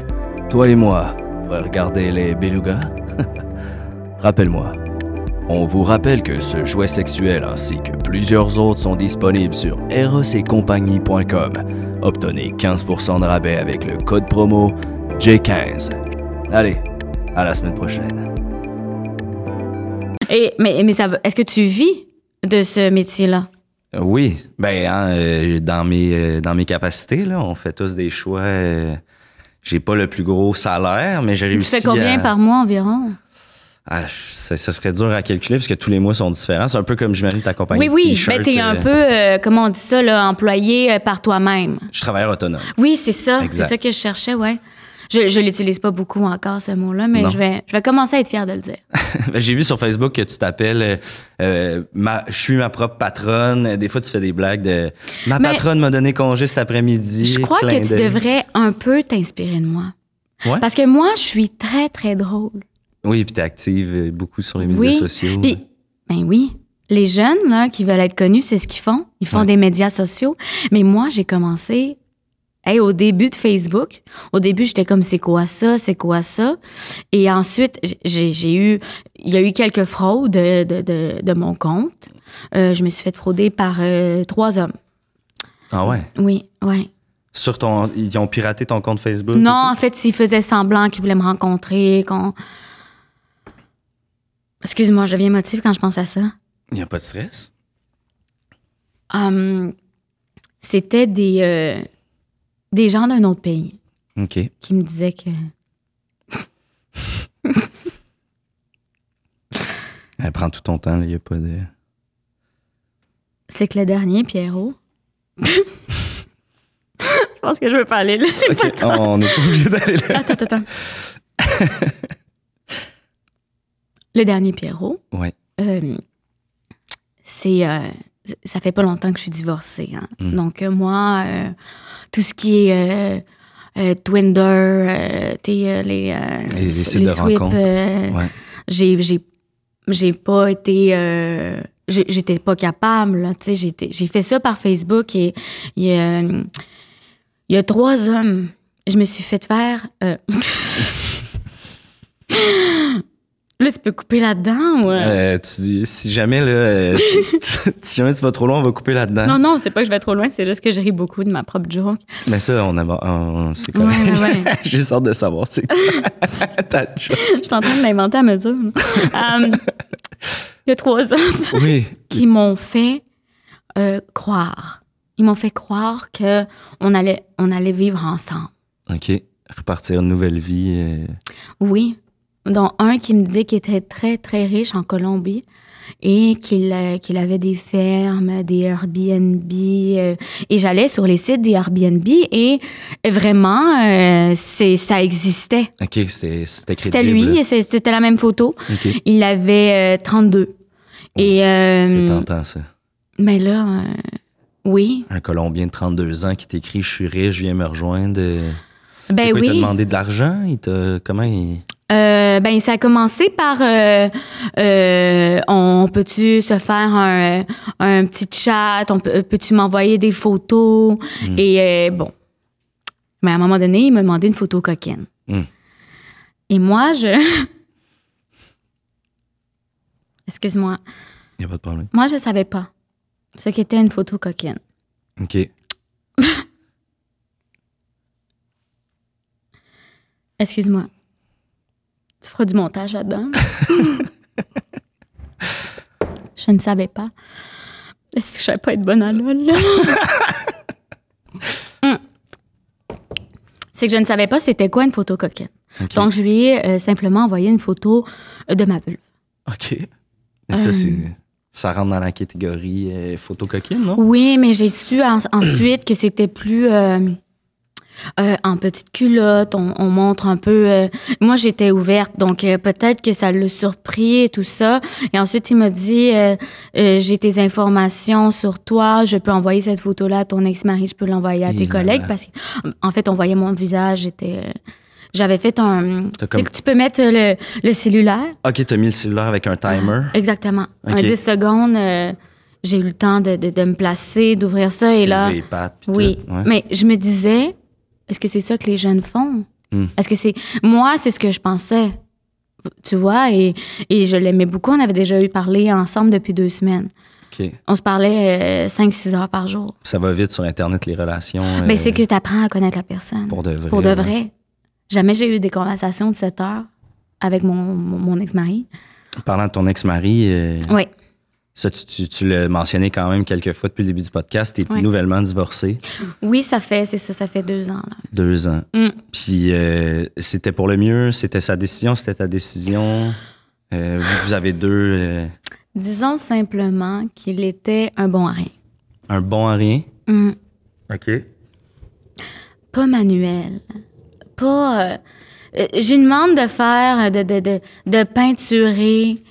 Speaker 1: toi et moi, pour regarder les Belugas Rappelle-moi. On vous rappelle que ce jouet sexuel ainsi que plusieurs autres sont disponibles sur erosetcompagnie.com. Obtenez 15% de rabais avec le code promo J15. Allez, à la semaine prochaine.
Speaker 3: Et, mais mais ça va- est-ce que tu vis de ce métier-là?
Speaker 1: Euh, Oui, ben hein, euh, dans mes euh, dans mes capacités là, on fait tous des choix. euh, j'ai pas le plus gros salaire, mais j'ai
Speaker 3: Tu
Speaker 1: réussi.
Speaker 3: fais combien
Speaker 1: à-
Speaker 3: par mois environ?
Speaker 1: Ah, je- ça, ça serait dur à calculer parce que tous les mois sont différents. C'est un peu comme j'imagine ta compagnie.
Speaker 3: Oui,
Speaker 1: de
Speaker 3: oui.
Speaker 1: t-shirt,
Speaker 3: Ben, t'es un
Speaker 1: euh,
Speaker 3: peu, euh, comment on dit ça, là, employé euh, par toi-même.
Speaker 1: Je travaille autonome.
Speaker 3: Oui, c'est ça. C'est
Speaker 1: Exact.
Speaker 3: ça que je cherchais, ouais. Je, je l'utilise pas beaucoup encore, ce mot-là, mais
Speaker 1: Non.
Speaker 3: je vais, je vais commencer à être fière de le dire.
Speaker 1: Ben, J'ai vu sur Facebook que tu t'appelles euh, euh, ma- Je suis ma propre patronne. Des fois, tu fais des blagues de Ma
Speaker 3: Mais-
Speaker 1: patronne m'a donné congé cet après-midi.
Speaker 3: Je crois
Speaker 1: Clin
Speaker 3: que tu
Speaker 1: d'œil.
Speaker 3: devrais un peu t'inspirer de moi.
Speaker 1: Ouais.
Speaker 3: Parce que moi, je suis très, très drôle.
Speaker 1: Oui, puis t'es active euh, beaucoup sur les
Speaker 3: Oui.
Speaker 1: médias sociaux.
Speaker 3: Puis, ben oui, les jeunes là, qui veulent être connus, c'est ce qu'ils font. Ils font
Speaker 1: Ouais.
Speaker 3: des médias sociaux. Mais moi, j'ai commencé hey, au début de Facebook. Au début, j'étais comme, c'est quoi ça? C'est quoi ça? Et ensuite, j- j'ai j'ai eu... Il y a eu quelques fraudes de, de, de, de mon compte. Euh, je me suis fait frauder par euh, trois hommes.
Speaker 1: Ah ouais.
Speaker 3: Oui, oui.
Speaker 1: Sur ton, ils ont piraté ton compte Facebook. et
Speaker 3: Non, en fait, ils faisaient semblant qu'ils voulaient me rencontrer, qu'on... Excuse-moi, je deviens motive quand je pense à ça.
Speaker 1: Il n'y a pas de stress.
Speaker 3: Hum, c'était des, euh, des gens d'un autre pays
Speaker 1: OK.
Speaker 3: qui me disaient que.
Speaker 1: Eh, prends tout ton temps, là, il n'y a pas de.
Speaker 3: C'est que le dernier, Pierrot. je pense que je veux pas aller là, j'ai pas le temps.
Speaker 1: on n'est pas obligé d'aller là.
Speaker 3: Attends, attends, attends. le dernier Pierrot,
Speaker 1: Ouais.
Speaker 3: euh, c'est. euh, ça fait pas longtemps que je suis divorcée. hein.
Speaker 1: Mm.
Speaker 3: Donc, euh, moi, euh, tout ce qui est. euh, euh, Twinder, euh, tu sais, euh, les, euh,
Speaker 1: Les- les sites de
Speaker 3: Swip,
Speaker 1: rencontres.
Speaker 3: euh,
Speaker 1: Ouais.
Speaker 3: j'ai j'ai j'ai pas été euh, j'ai- j'étais pas capable là, tu sais j'ai été- j'ai fait ça par Facebook et il y a, euh, il y a trois hommes je me suis fait faire euh, là tu peux couper là dedans
Speaker 1: Euh, tu- si jamais, là, euh, tu- si jamais tu vas trop loin, on va couper là-dedans.
Speaker 3: non non c'est pas que je vais trop loin c'est juste que je ris beaucoup de ma propre joke
Speaker 1: Mais ça, on, a, on c'est
Speaker 3: ouais,
Speaker 1: correct.
Speaker 3: ouais.
Speaker 1: J'ai juste hâte de savoir c'est quoi ta job.
Speaker 3: je suis en train de l'inventer à mesure Euh, il y a trois hommes
Speaker 1: Oui.
Speaker 3: qui m'ont fait euh, croire. Ils m'ont fait croire que on allait, on allait vivre ensemble.
Speaker 1: OK. Repartir une nouvelle vie. euh,
Speaker 3: Oui. Dont un qui me disait qu'il était très, très riche en Colombie et qu'il euh, qu'il avait des fermes, des Airbnb. euh, et j'allais sur les sites des Airbnb et vraiment, euh, c'est- ça existait.
Speaker 1: OK, c'était c'était crédible.
Speaker 3: C'était lui et c'est- c'était la même photo.
Speaker 1: OK.
Speaker 3: Il avait euh, 32. Et. euh,
Speaker 1: Oh, C'est tentant, ça.
Speaker 3: mais là, euh, oui.
Speaker 1: Un Colombien de 32 ans qui t'écrit « Je suis riche, viens me rejoindre euh,
Speaker 3: Ben
Speaker 1: C'est quoi,
Speaker 3: oui.
Speaker 1: il t'a demandé de l'argent? Il t'a... Comment il...
Speaker 3: Euh, ben, ça a commencé par euh, euh, on peut-tu se faire un, euh, un petit chat, on peut, euh, peux-tu m'envoyer des photos
Speaker 1: Mm.
Speaker 3: et euh, bon. Mais à un moment donné, il m'a demandé une photo coquine.
Speaker 1: Mm.
Speaker 3: Et moi, je Excuse-moi.
Speaker 1: Il n'y a pas de problème.
Speaker 3: Moi, je savais pas ce qu'était une photo coquine.
Speaker 1: OK.
Speaker 3: Excuse-moi. Tu feras du montage là-dedans? je ne savais pas. Est-ce que je savais pas être bonne à LOL? là? Hum. C'est que je ne savais pas c'était quoi une photo coquine.
Speaker 1: OK.
Speaker 3: Donc, je lui ai euh, simplement envoyé une photo euh, de ma vulve.
Speaker 1: OK. Mais ça,
Speaker 3: Euh.
Speaker 1: c'est... Ça rentre dans la catégorie euh, photo coquine, non?
Speaker 3: Oui, mais j'ai su en- ensuite que c'était plus euh, euh, en petite culotte. On, on montre un peu. euh, moi, j'étais ouverte, donc euh, peut-être que ça l'a surpris et tout ça. Et ensuite, il m'a dit euh, Euh, j'ai tes informations sur toi. Je peux envoyer cette photo-là à ton ex-mari. Je peux l'envoyer à
Speaker 1: Et
Speaker 3: tes
Speaker 1: là
Speaker 3: collègues
Speaker 1: là.
Speaker 3: parce qu'en fait, on voyait mon visage. J'étais euh, J'avais fait un.
Speaker 1: T'as
Speaker 3: Tu
Speaker 1: comme-
Speaker 3: sais que tu peux mettre le, le cellulaire.
Speaker 1: OK, t'as mis le cellulaire avec un timer.
Speaker 3: Ah, Exactement.
Speaker 1: Ok.
Speaker 3: Un 10 secondes, euh, j'ai eu le temps de, de- de me placer, d'ouvrir ça.
Speaker 1: Tu
Speaker 3: Et
Speaker 1: t'es
Speaker 3: là.
Speaker 1: levé les pattes, puis
Speaker 3: Oui.
Speaker 1: tout, ouais.
Speaker 3: Mais je me disais, est-ce que c'est ça que les jeunes font?
Speaker 1: Hmm.
Speaker 3: Est-ce que c'est. Moi, c'est ce que je pensais. Tu vois, et, et je l'aimais beaucoup. On avait déjà eu parlé ensemble depuis deux semaines.
Speaker 1: OK.
Speaker 3: On se parlait 5-6 heures par jour.
Speaker 1: Ça va vite sur Internet, les relations.
Speaker 3: Mais
Speaker 1: euh,
Speaker 3: c'est que tu apprends à connaître la personne.
Speaker 1: Pour de vrai.
Speaker 3: Pour de
Speaker 1: ouais.
Speaker 3: vrai. Jamais j'ai eu des conversations de 7 heures avec mon, mon, mon ex-mari.
Speaker 1: Parlant de ton ex-mari, euh,
Speaker 3: Oui.
Speaker 1: ça, tu, tu- tu l'as mentionné quand même quelques fois depuis le début du podcast. T'es
Speaker 3: Ouais.
Speaker 1: nouvellement divorcé,
Speaker 3: Oui, ça fait, c'est ça, ça fait deux ans. là.
Speaker 1: deux ans.
Speaker 3: Mm.
Speaker 1: Puis euh, c'était pour le mieux, c'était sa décision, c'était ta décision. Euh, vous, vous avez deux, euh,
Speaker 3: Disons simplement qu'il était un bon à rien.
Speaker 1: un bon à rien.
Speaker 3: Hum,
Speaker 1: OK.
Speaker 3: pas manuel. Pas. euh, euh, J'ai demande de faire, euh, de, de, de, de peinturer.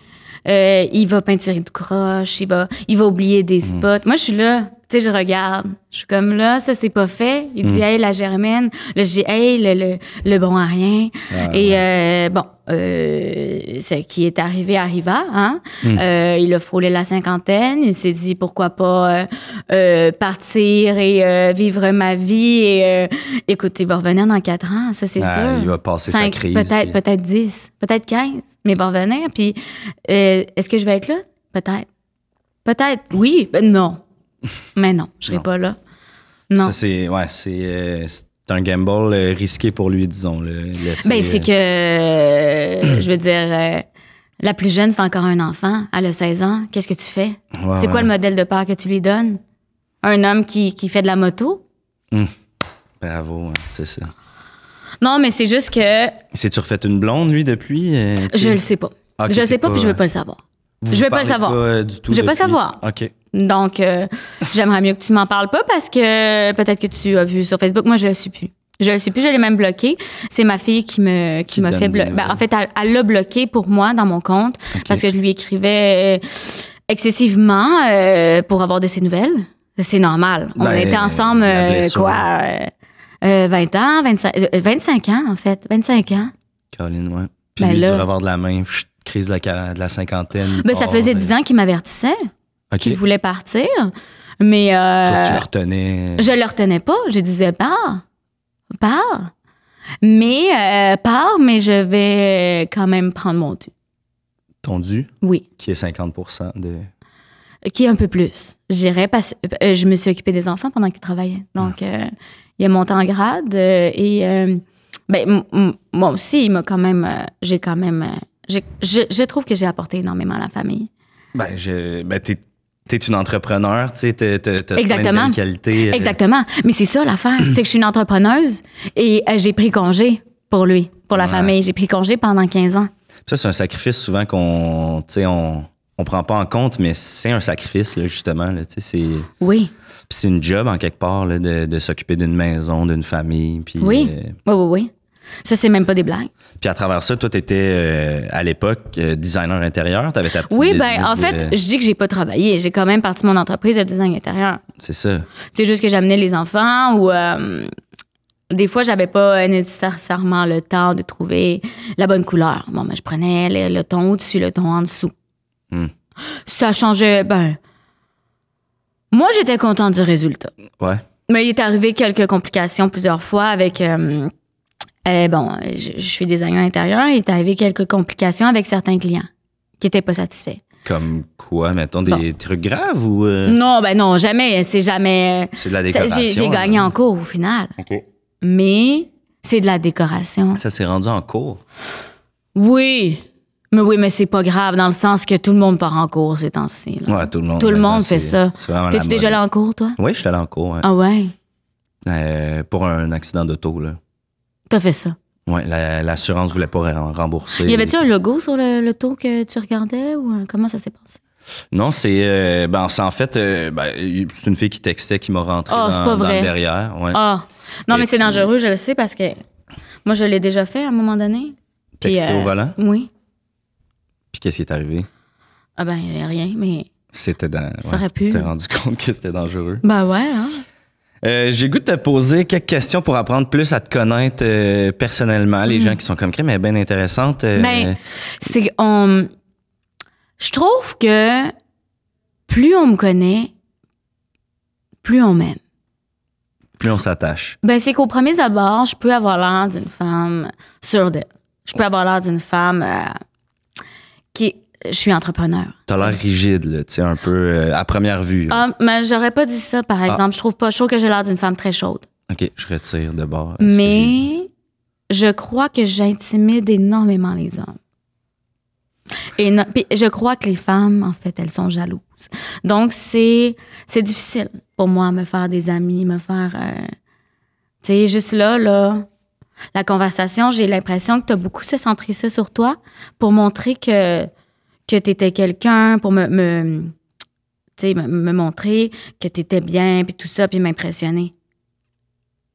Speaker 3: Euh, il va peinturer de croche, il va, il va oublier des spots. Moi, je suis là, tu sais, je regarde. Je suis comme là, ça, c'est pas fait. Il dit, hey, la germaine. Là, je dis, hey, le, le, le bon à rien. Et euh, bon, euh, ce qui est arrivé arriva. Hein?
Speaker 1: Hmm.
Speaker 3: Euh, il a frôlé la cinquantaine. Il s'est dit, pourquoi pas euh, euh, partir et euh, vivre ma vie. Et euh, écoute, il va revenir dans quatre ans, ça, c'est
Speaker 1: Ah,
Speaker 3: sûr.
Speaker 1: il va passer sa
Speaker 3: Cinq,
Speaker 1: crise, puis-
Speaker 3: Peut-être, peut-être 10, peut-être 15, mais il va revenir. Puis, euh, est-ce que je vais être là? Peut-être. Peut-être, oui, ben non. Mais non, je serai
Speaker 1: Non.
Speaker 3: pas là. Non.
Speaker 1: Ça, c'est ouais, c'est, euh, c'est un gamble euh, risqué pour lui, disons. Le, laisser,
Speaker 3: ben, c'est que, euh, je veux dire, euh, la plus jeune, c'est encore un enfant. Elle a 16 ans. Qu'est-ce que tu fais?
Speaker 1: Ouais,
Speaker 3: c'est quoi
Speaker 1: ouais.
Speaker 3: le modèle de père que tu lui donnes? Un homme qui, qui fait de la moto?
Speaker 1: Bravo, ouais, c'est ça.
Speaker 3: Non, mais c'est juste que
Speaker 1: C'est-tu refait une blonde, lui, depuis? euh, tu-
Speaker 3: je le sais pas.
Speaker 1: Ah, ok,
Speaker 3: je le
Speaker 1: t'es
Speaker 3: sais pas,
Speaker 1: pas-
Speaker 3: puis je veux pas le savoir.
Speaker 1: Vous
Speaker 3: je veux pas
Speaker 1: parlez
Speaker 3: le savoir.
Speaker 1: euh, du tout
Speaker 3: Je veux pas
Speaker 1: depuis?
Speaker 3: savoir.
Speaker 1: OK.
Speaker 3: Donc, euh, j'aimerais mieux que tu m'en parles pas parce que peut-être que tu as vu sur Facebook. Moi, je le suis plus. Je le suis plus, je l'ai même bloqué. C'est ma fille qui me qui,
Speaker 1: Qui
Speaker 3: m'a
Speaker 1: donne
Speaker 3: fait
Speaker 1: des
Speaker 3: blo- ben,
Speaker 1: nouvelles.
Speaker 3: en fait, elle- elle l'a bloqué pour moi dans mon compte parce que je lui écrivais euh, excessivement euh, pour avoir de ses nouvelles. C'est normal. On
Speaker 1: Ben,
Speaker 3: était ensemble
Speaker 1: la
Speaker 3: euh,
Speaker 1: blessure.
Speaker 3: quoi euh, euh, 20 ans, 25 euh, 25 ans en fait, 25 ans.
Speaker 1: Colin, ouais. Puis
Speaker 3: Ben
Speaker 1: lui,
Speaker 3: là-
Speaker 1: tu vas avoir de la main, chut, crise de la, ca- de la cinquantaine. Ah,
Speaker 3: Ben, ça faisait 10 ans qu'il m'avertissait
Speaker 1: Oh, OK.
Speaker 3: qu'il voulait partir, mais euh,
Speaker 1: Toi, tu le retenais.
Speaker 3: Je le retenais pas. Je disais, pars, pars. Mais, euh, pars, mais je vais euh, quand même prendre mon dû.
Speaker 1: Ton dû,
Speaker 3: Oui.
Speaker 1: qui est 50 de.
Speaker 3: Qui est un peu plus. J'irais parce euh, je me suis occupée des enfants pendant qu'ils travaillaient. Donc, euh, il est monté en grade euh, et, euh, ben, m- m- moi aussi, il m'a quand même, euh, j'ai quand même, euh, j'ai- je, je trouve que j'ai apporté énormément à la famille.
Speaker 1: Ben, je... ben t'es. T'es une entrepreneur, tu sais, t'as t'as- t'as plein de
Speaker 3: Exactement.
Speaker 1: belles qualités. euh,
Speaker 3: Exactement. Mais c'est ça l'affaire, c'est que je suis une entrepreneuse et euh, j'ai pris congé pour lui, pour la
Speaker 1: Ouais.
Speaker 3: famille. J'ai pris congé pendant 15 ans.
Speaker 1: Ça, c'est un sacrifice souvent qu'on, tu sais, on, on prend pas en compte, mais c'est un sacrifice, là, justement, là, tu sais, c'est...
Speaker 3: Oui.
Speaker 1: Puis c'est une job, en quelque part, là, de, de s'occuper d'une maison, d'une famille, puis...
Speaker 3: Oui.
Speaker 1: euh,
Speaker 3: Oui, oui, oui. Ça, c'est même pas des blagues.
Speaker 1: puis à travers ça, toi, t'étais, euh, à l'époque, euh, designer intérieur, t'avais ta petite
Speaker 3: Oui,
Speaker 1: business
Speaker 3: ben en
Speaker 1: de-
Speaker 3: fait, je dis que j'ai pas travaillé. J'ai quand même parti mon entreprise de design intérieur.
Speaker 1: C'est ça.
Speaker 3: C'est juste que j'amenais les enfants ou euh, des fois, j'avais pas nécessairement le temps de trouver la bonne couleur. Bon, ben, je prenais le, le ton au-dessus, le ton en dessous.
Speaker 1: Hmm.
Speaker 3: Ça changeait, ben... Moi, j'étais contente du résultat.
Speaker 1: Ouais.
Speaker 3: Mais il est arrivé quelques complications plusieurs fois avec. euh, euh, bon, je, je suis designer intérieur. Il est arrivé quelques complications avec certains clients qui n'étaient pas satisfaits.
Speaker 1: Comme quoi, mettons, des trucs graves ou... euh,
Speaker 3: Non, ben non, jamais. C'est jamais.
Speaker 1: C'est de la
Speaker 3: Ça,
Speaker 1: décoration. hein.
Speaker 3: J'ai j'ai
Speaker 1: là.
Speaker 3: gagné en cours au final.
Speaker 1: OK.
Speaker 3: Mais c'est de la décoration.
Speaker 1: Ça s'est rendu en cours.
Speaker 3: Oui. Mais oui, mais c'est pas grave dans le sens que tout le monde part en cours ces temps-ci. là.
Speaker 1: Ouais, tout le monde.
Speaker 3: Tout le
Speaker 1: maintenant,
Speaker 3: monde fait
Speaker 1: c'est-
Speaker 3: ça.
Speaker 1: C'est vraiment
Speaker 3: T'es-tu déjà allé en cours, toi?
Speaker 1: Oui, je suis allé en cours, ouais.
Speaker 3: Ah ouais?
Speaker 1: Euh, pour un accident d'auto, là.
Speaker 3: T'as fait ça.
Speaker 1: Ouais, la- l'assurance voulait pas re- rembourser.
Speaker 3: Y avait-tu un logo sur le, le taux que tu regardais ou euh, comment ça s'est passé?
Speaker 1: Non, c'est euh, ben c'est en fait euh, ben, c'est une fille qui textait qui m'a rentré
Speaker 3: Oh,
Speaker 1: dans,
Speaker 3: c'est pas
Speaker 1: dans le
Speaker 3: vrai.
Speaker 1: derrière, ouais.
Speaker 3: Ah, non,
Speaker 1: Et
Speaker 3: mais c'est
Speaker 1: puis-
Speaker 3: dangereux, je le sais, parce que moi, je l'ai déjà fait à un moment donné. Puis,
Speaker 1: Texté au
Speaker 3: euh,
Speaker 1: volant.
Speaker 3: Oui.
Speaker 1: Puis qu'est-ce qui est arrivé
Speaker 3: Ah ben, il y a rien, mais...
Speaker 1: C'était dans
Speaker 3: Ça
Speaker 1: ouais,
Speaker 3: aurait pu.
Speaker 1: Tu t'es rendu compte que c'était dangereux.
Speaker 3: Ben ouais, hein?
Speaker 1: Euh, J'ai le goût de te poser quelques questions pour apprendre plus à te connaître euh, personnellement. Les gens qui sont comme crème, mais bien intéressante. euh,
Speaker 3: Mm-hmm. Ben, c'est on. Je trouve que plus on me connaît, plus on m'aime.
Speaker 1: plus on s'attache.
Speaker 3: Ben, c'est qu'au premier abord, je peux avoir l'air d'une femme sûre d'elle. Je peux avoir l'air d'une femme euh, qui. Je suis entrepreneur.
Speaker 1: T'as l'air rigide, là, tu sais, un peu euh, à première vue. là.
Speaker 3: Ah, mais j'aurais pas dit ça,
Speaker 1: Ah.
Speaker 3: par exemple. Je trouve pas chaud que j'ai l'air d'une femme très chaude.
Speaker 1: OK, je retire de bord. euh, ce que j'ai dit.
Speaker 3: Ah. Mais je crois que j'intimide énormément les hommes. Et no- puis je crois que les femmes, en fait, elles sont jalouses. Donc, c'est c'est difficile pour moi me faire des amis, me faire... euh, tu sais, juste là, là, la conversation, j'ai l'impression que tu as beaucoup se centré ça sur toi pour montrer que, que tu étais quelqu'un, pour me, me, tu sais, me, me montrer que tu étais bien, puis tout ça, puis m'impressionner.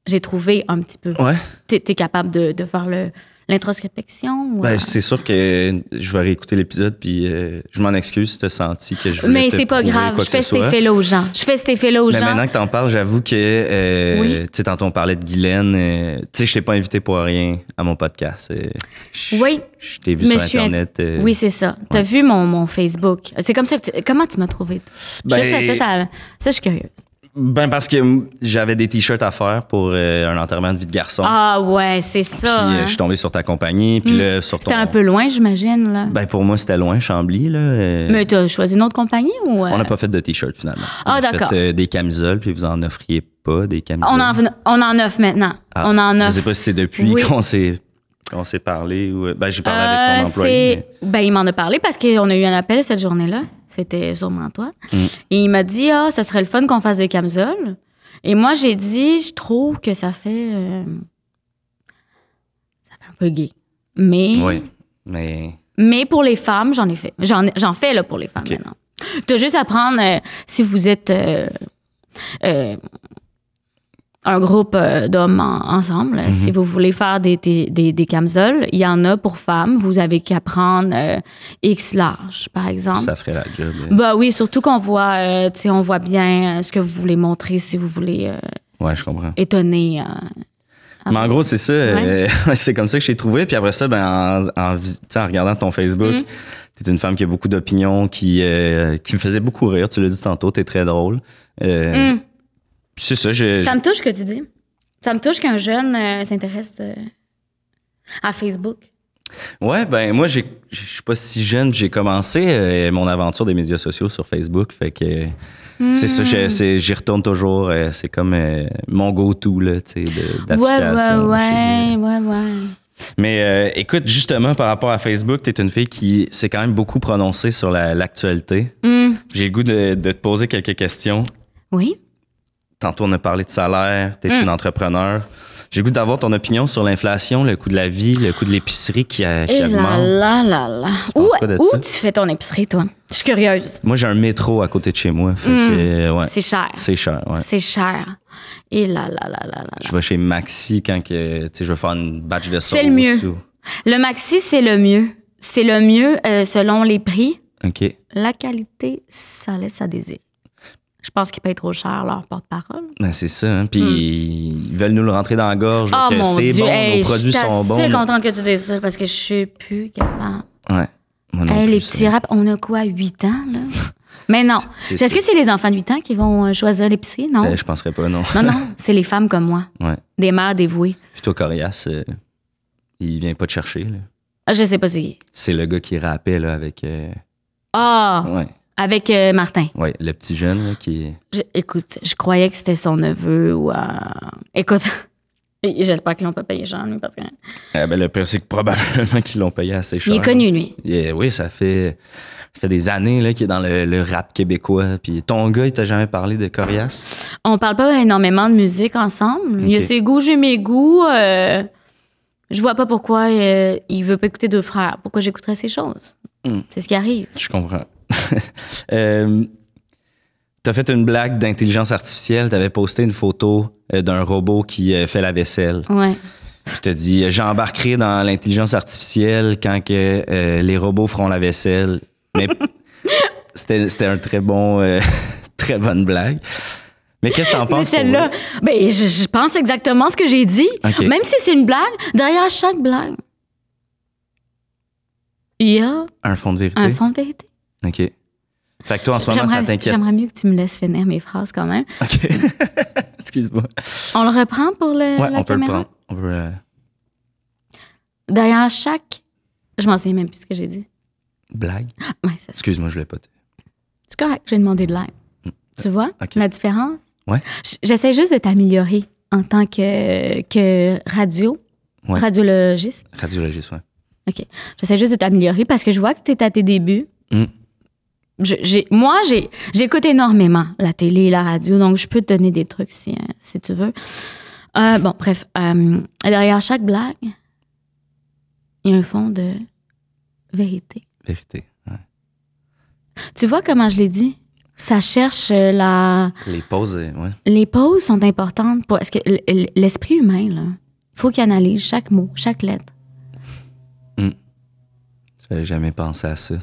Speaker 3: J'ai trouvé un petit peu
Speaker 1: Ouais.
Speaker 3: t'es es capable de, de faire le- l'introspection. ou, euh,
Speaker 1: Ben, c'est sûr que je vais réécouter l'épisode, puis euh, je m'en excuse si t'as senti que je voulais
Speaker 3: mais
Speaker 1: te
Speaker 3: c'est pas
Speaker 1: prouver
Speaker 3: grave,
Speaker 1: quoi
Speaker 3: je
Speaker 1: que
Speaker 3: fais
Speaker 1: ce
Speaker 3: cet
Speaker 1: soit.
Speaker 3: effet-là aux gens. Je fais cet effet-là aux
Speaker 1: Mais
Speaker 3: gens.
Speaker 1: maintenant que t'en parles, j'avoue que, euh,
Speaker 3: Oui.
Speaker 1: tu sais, tantôt on parlait de Guylaine, euh, tu sais, je t'ai pas invité pour rien à mon podcast. euh, je-
Speaker 3: Oui.
Speaker 1: Je t'ai vu
Speaker 3: Mais je
Speaker 1: sur
Speaker 3: suis
Speaker 1: Internet. euh,
Speaker 3: Oui, c'est ça. T'as vu mon, mon Facebook. C'est comme ça que tu... Comment tu m'as trouvé?
Speaker 1: Ben-
Speaker 3: Juste ça, ça, ça, ça, je suis curieuse.
Speaker 1: Ben, parce que mm, j'avais des t-shirts à faire pour euh, un enterrement de vie de garçon.
Speaker 3: Ah ouais, c'est
Speaker 1: puis euh,
Speaker 3: ça. hein. Hmm.
Speaker 1: je suis tombé sur ta compagnie, puis là, sur ton.
Speaker 3: C'était un peu loin, j'imagine. là.
Speaker 1: Ben, pour moi, c'était loin, Chambly, là. euh,
Speaker 3: mais t'as choisi une autre compagnie ou... euh,
Speaker 1: On n'a pas fait de t-shirts, finalement. On
Speaker 3: Ah,
Speaker 1: a
Speaker 3: d'accord.
Speaker 1: fait euh, des camisoles, puis vous en offriez pas des camisoles.
Speaker 3: on en, on en offre maintenant.
Speaker 1: Ah,
Speaker 3: on en
Speaker 1: Je
Speaker 3: offre.
Speaker 1: sais pas si c'est depuis
Speaker 3: Oui.
Speaker 1: qu'on s'est qu'on s'est parlé ou. Ben, j'ai parlé avec ton
Speaker 3: Euh,
Speaker 1: employé.
Speaker 3: c'est- Ben, il m'en a parlé parce qu'on a eu un appel cette journée-là. C'était sûrement toi.
Speaker 1: Mm.
Speaker 3: Et il m'a dit, ah, ça serait le fun qu'on fasse des camisoles. Et moi, j'ai dit, je trouve que ça fait... euh, Ça fait un peu gay. Mais,
Speaker 1: mais- Oui. Mais.
Speaker 3: mais pour les femmes, j'en ai fait. J'en j'en fais, là, pour les femmes,
Speaker 1: Ok.
Speaker 3: maintenant. T'as juste à prendre, euh, si vous êtes... euh, euh, un groupe euh, d'hommes en- ensemble.
Speaker 1: Mm-hmm.
Speaker 3: Si vous voulez faire des, des, des, des camisoles, il y en a pour femmes. Vous avez qu'à prendre euh, X large, par exemple.
Speaker 1: Ça ferait la job. là.
Speaker 3: Bah oui, surtout qu'on voit, euh, tu sais, on voit bien euh, ce que vous voulez montrer si vous voulez euh,
Speaker 1: Ouais, je comprends.
Speaker 3: étonner. euh. Ah
Speaker 1: Mais en
Speaker 3: bon?
Speaker 1: gros, c'est ça. euh, c'est comme ça que je t'ai trouvé. Puis après ça, ben, en, en vis- tu sais, en regardant ton
Speaker 3: Mm.
Speaker 1: Facebook, t'es une femme qui a beaucoup d'opinions, qui, euh, qui me faisait beaucoup rire. Tu l'as dit tantôt, t'es très drôle. Euh,
Speaker 3: Mm.
Speaker 1: puis C'est ça, je-
Speaker 3: Ça me touche que tu dis. Ça me touche qu'un jeune euh, s'intéresse euh, à Facebook.
Speaker 1: Ouais, ben moi, j'ai- je suis pas si jeune, puis j'ai commencé euh, mon aventure des médias sociaux sur Facebook. Fait que euh, c'est ça, j'ai- c'est- j'y retourne toujours. euh, c'est comme euh, mon go-to, là, tu sais, de-
Speaker 3: Ouais, ouais,
Speaker 1: d'application. je te dis.
Speaker 3: ouais, ouais, ouais.
Speaker 1: Mais euh, écoute, justement, par rapport à Facebook, t'es une fille qui s'est quand même beaucoup prononcée sur la- l'actualité.
Speaker 3: Mm.
Speaker 1: J'ai le goût de, de te poser quelques questions.
Speaker 3: Oui.
Speaker 1: Tantôt, on a parlé de salaire, t'es
Speaker 3: Mm.
Speaker 1: une entrepreneur. J'ai le goût d'avoir ton opinion sur l'inflation, le coût de la vie, le coût de l'épicerie qui, a- qui
Speaker 3: Et Eh là,
Speaker 1: augmente.
Speaker 3: là, là, là. Où,
Speaker 1: penses quoi de
Speaker 3: où
Speaker 1: ça?
Speaker 3: tu fais ton épicerie, toi? Je suis curieuse.
Speaker 1: Moi, j'ai un métro à côté de chez moi. Fait
Speaker 3: Mm.
Speaker 1: que, euh, ouais,
Speaker 3: C'est cher.
Speaker 1: c'est cher. ouais.
Speaker 3: C'est cher. Et là, là, là, là, là, là.
Speaker 1: Je vais chez Maxi quand que, tu sais, je vais faire une batch de sauce.
Speaker 3: C'est le mieux.
Speaker 1: ou-
Speaker 3: Le maxi, c'est le mieux. C'est le mieux euh, selon les prix.
Speaker 1: OK.
Speaker 3: La qualité, ça laisse à désirer. Je pense qu'ils payent trop cher leur porte-parole.
Speaker 1: Ben, c'est ça. hein. Puis ils veulent nous le rentrer dans la gorge.
Speaker 3: Oh
Speaker 1: que
Speaker 3: Hmm. mon
Speaker 1: c'est
Speaker 3: Dieu,
Speaker 1: bon,
Speaker 3: hey,
Speaker 1: nos produits
Speaker 3: je suis
Speaker 1: sont bons.
Speaker 3: assez
Speaker 1: mais-
Speaker 3: contente que tu dises ça parce que je suis plus capable.
Speaker 1: Ouais. Moi non
Speaker 3: Hey,
Speaker 1: plus,
Speaker 3: les
Speaker 1: ça.
Speaker 3: petits raps, on a quoi, 8 ans, là? Mais non.
Speaker 1: C'est-
Speaker 3: Est-ce
Speaker 1: c'est-
Speaker 3: que c'est les enfants de 8 ans qui vont euh, choisir l'épicerie? Non.
Speaker 1: Ben, je penserais pas, non.
Speaker 3: Non, non, c'est les femmes comme moi,
Speaker 1: Ouais.
Speaker 3: des mères dévouées.
Speaker 1: Plutôt coriace, euh, il vient pas te chercher. là.
Speaker 3: Ah, Je sais pas c'est qui.
Speaker 1: C'est le gars qui rappait là, avec euh,
Speaker 3: Ah,
Speaker 1: ouais,
Speaker 3: avec euh, Martin.
Speaker 1: ouais, le petit jeune là, qui.
Speaker 3: Je- écoute, je croyais que c'était son neveu ou. euh, Écoute, et j'espère qu'ils l'ont pas payé cher, lui, parce que.
Speaker 1: Ah, ben, le pire, c'est que probablement qu'ils l'ont payé assez cher.
Speaker 3: Il est connu, lui.
Speaker 1: Yeah, oui, ça fait, ça fait des années là, qu'il est dans le, le rap québécois. Puis ton gars, il t'a jamais parlé de coriace?
Speaker 3: On parle pas énormément de musique ensemble. Il a
Speaker 1: Ok.
Speaker 3: ses goûts, j'ai mes goûts. euh, je vois pas pourquoi euh, il veut pas écouter deux frères. Pourquoi j'écouterais ces choses?
Speaker 1: Hmm.
Speaker 3: C'est ce qui arrive.
Speaker 1: Je comprends. euh, t'as fait une blague d'intelligence artificielle. T'avais posté une photo euh, d'un robot qui euh, fait la vaisselle.
Speaker 3: Ouais.
Speaker 1: Je te dis, euh, j'embarquerai dans l'intelligence artificielle quand que, euh, les robots feront la vaisselle. Mais c'était, c'était un très bon, euh, très bonne blague. Mais qu'est-ce que t'en
Speaker 3: Mais
Speaker 1: penses? pour
Speaker 3: celle-là,
Speaker 1: vrai?
Speaker 3: ben, je, je pense exactement ce que j'ai dit.
Speaker 1: OK.
Speaker 3: Même si c'est une blague, derrière chaque blague, il y a
Speaker 1: Un fond de vérité.
Speaker 3: un fond de vérité.
Speaker 1: OK. Fait que toi, en ce moment, ça
Speaker 3: J'aimerais
Speaker 1: t'inquiète.
Speaker 3: j'aimerais mieux que tu me laisses finir mes phrases quand même.
Speaker 1: OK. Excuse-moi.
Speaker 3: On le reprend pour le,
Speaker 1: Ouais,
Speaker 3: Euh, la
Speaker 1: on peut le
Speaker 3: caméra?
Speaker 1: prendre. On peut, euh,
Speaker 3: Derrière chaque... Je m'en souviens même plus ce que j'ai dit.
Speaker 1: Blague.
Speaker 3: Ouais, ça, c'est
Speaker 1: Excuse-moi, je voulais pas. te-
Speaker 3: c'est correct, j'ai demandé de l'aide. Tu vois
Speaker 1: Mm. OK.
Speaker 3: la différence?
Speaker 1: Ouais.
Speaker 3: J- J'essaie juste de t'améliorer en tant que, que radio,
Speaker 1: Ouais.
Speaker 3: radiologiste.
Speaker 1: Radiologiste, ouais.
Speaker 3: J'essaie juste de t'améliorer parce que je vois que tu es à tes débuts.
Speaker 1: Mm.
Speaker 3: Je- j'ai- moi, j'ai- j'écoute énormément la télé, la radio, donc je peux te donner des trucs si, euh, si tu veux. Euh, bon, bref, euh, derrière chaque blague, il y a un fond de vérité.
Speaker 1: Vérité. ouais.
Speaker 3: Tu vois comment je l'ai dit? Ça cherche euh, la...
Speaker 1: Les pauses, euh, ouais.
Speaker 3: Les pauses sont importantes parce que l- l- l'esprit humain, là, faut qu'il analyse chaque mot, chaque lettre.
Speaker 1: J'avais jamais pensé à ça.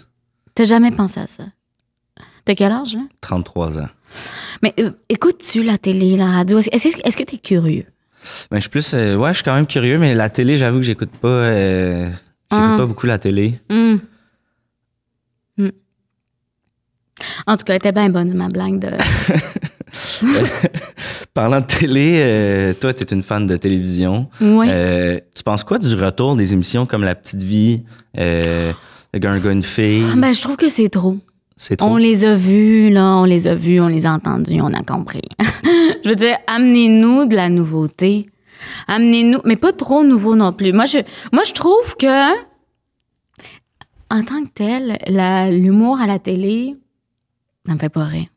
Speaker 3: T'as jamais pensé à ça? T'as quel âge, là?
Speaker 1: 33 ans.
Speaker 3: Mais euh, écoutes-tu la télé, la radio? Est-ce est-ce que- est-ce que tu es curieux?
Speaker 1: Ben, je suis plus. euh, ouais, je suis quand même curieux, mais la télé, j'avoue que j'écoute pas. euh, j'écoute
Speaker 3: Ah.
Speaker 1: pas beaucoup la télé.
Speaker 3: Hmm. Hmm. En tout cas, elle était bien bonne, ma blague de.
Speaker 1: Parlant de télé, euh, toi, tu es une fan de télévision.
Speaker 3: Oui.
Speaker 1: Euh, tu penses quoi du retour des émissions comme La Petite Vie, euh, Le gars, un gars, une fille?
Speaker 3: Ah, ben, je trouve que c'est trop.
Speaker 1: C'est
Speaker 3: On
Speaker 1: trop.
Speaker 3: les a vus, là, on les a vus, on les a entendus, on a compris. je veux dire, amenez-nous de la nouveauté. Amenez-nous, mais pas trop nouveau non plus. Moi, je, moi, je trouve que, en tant que tel, la- l'humour à la télé, ça me fait pas rire.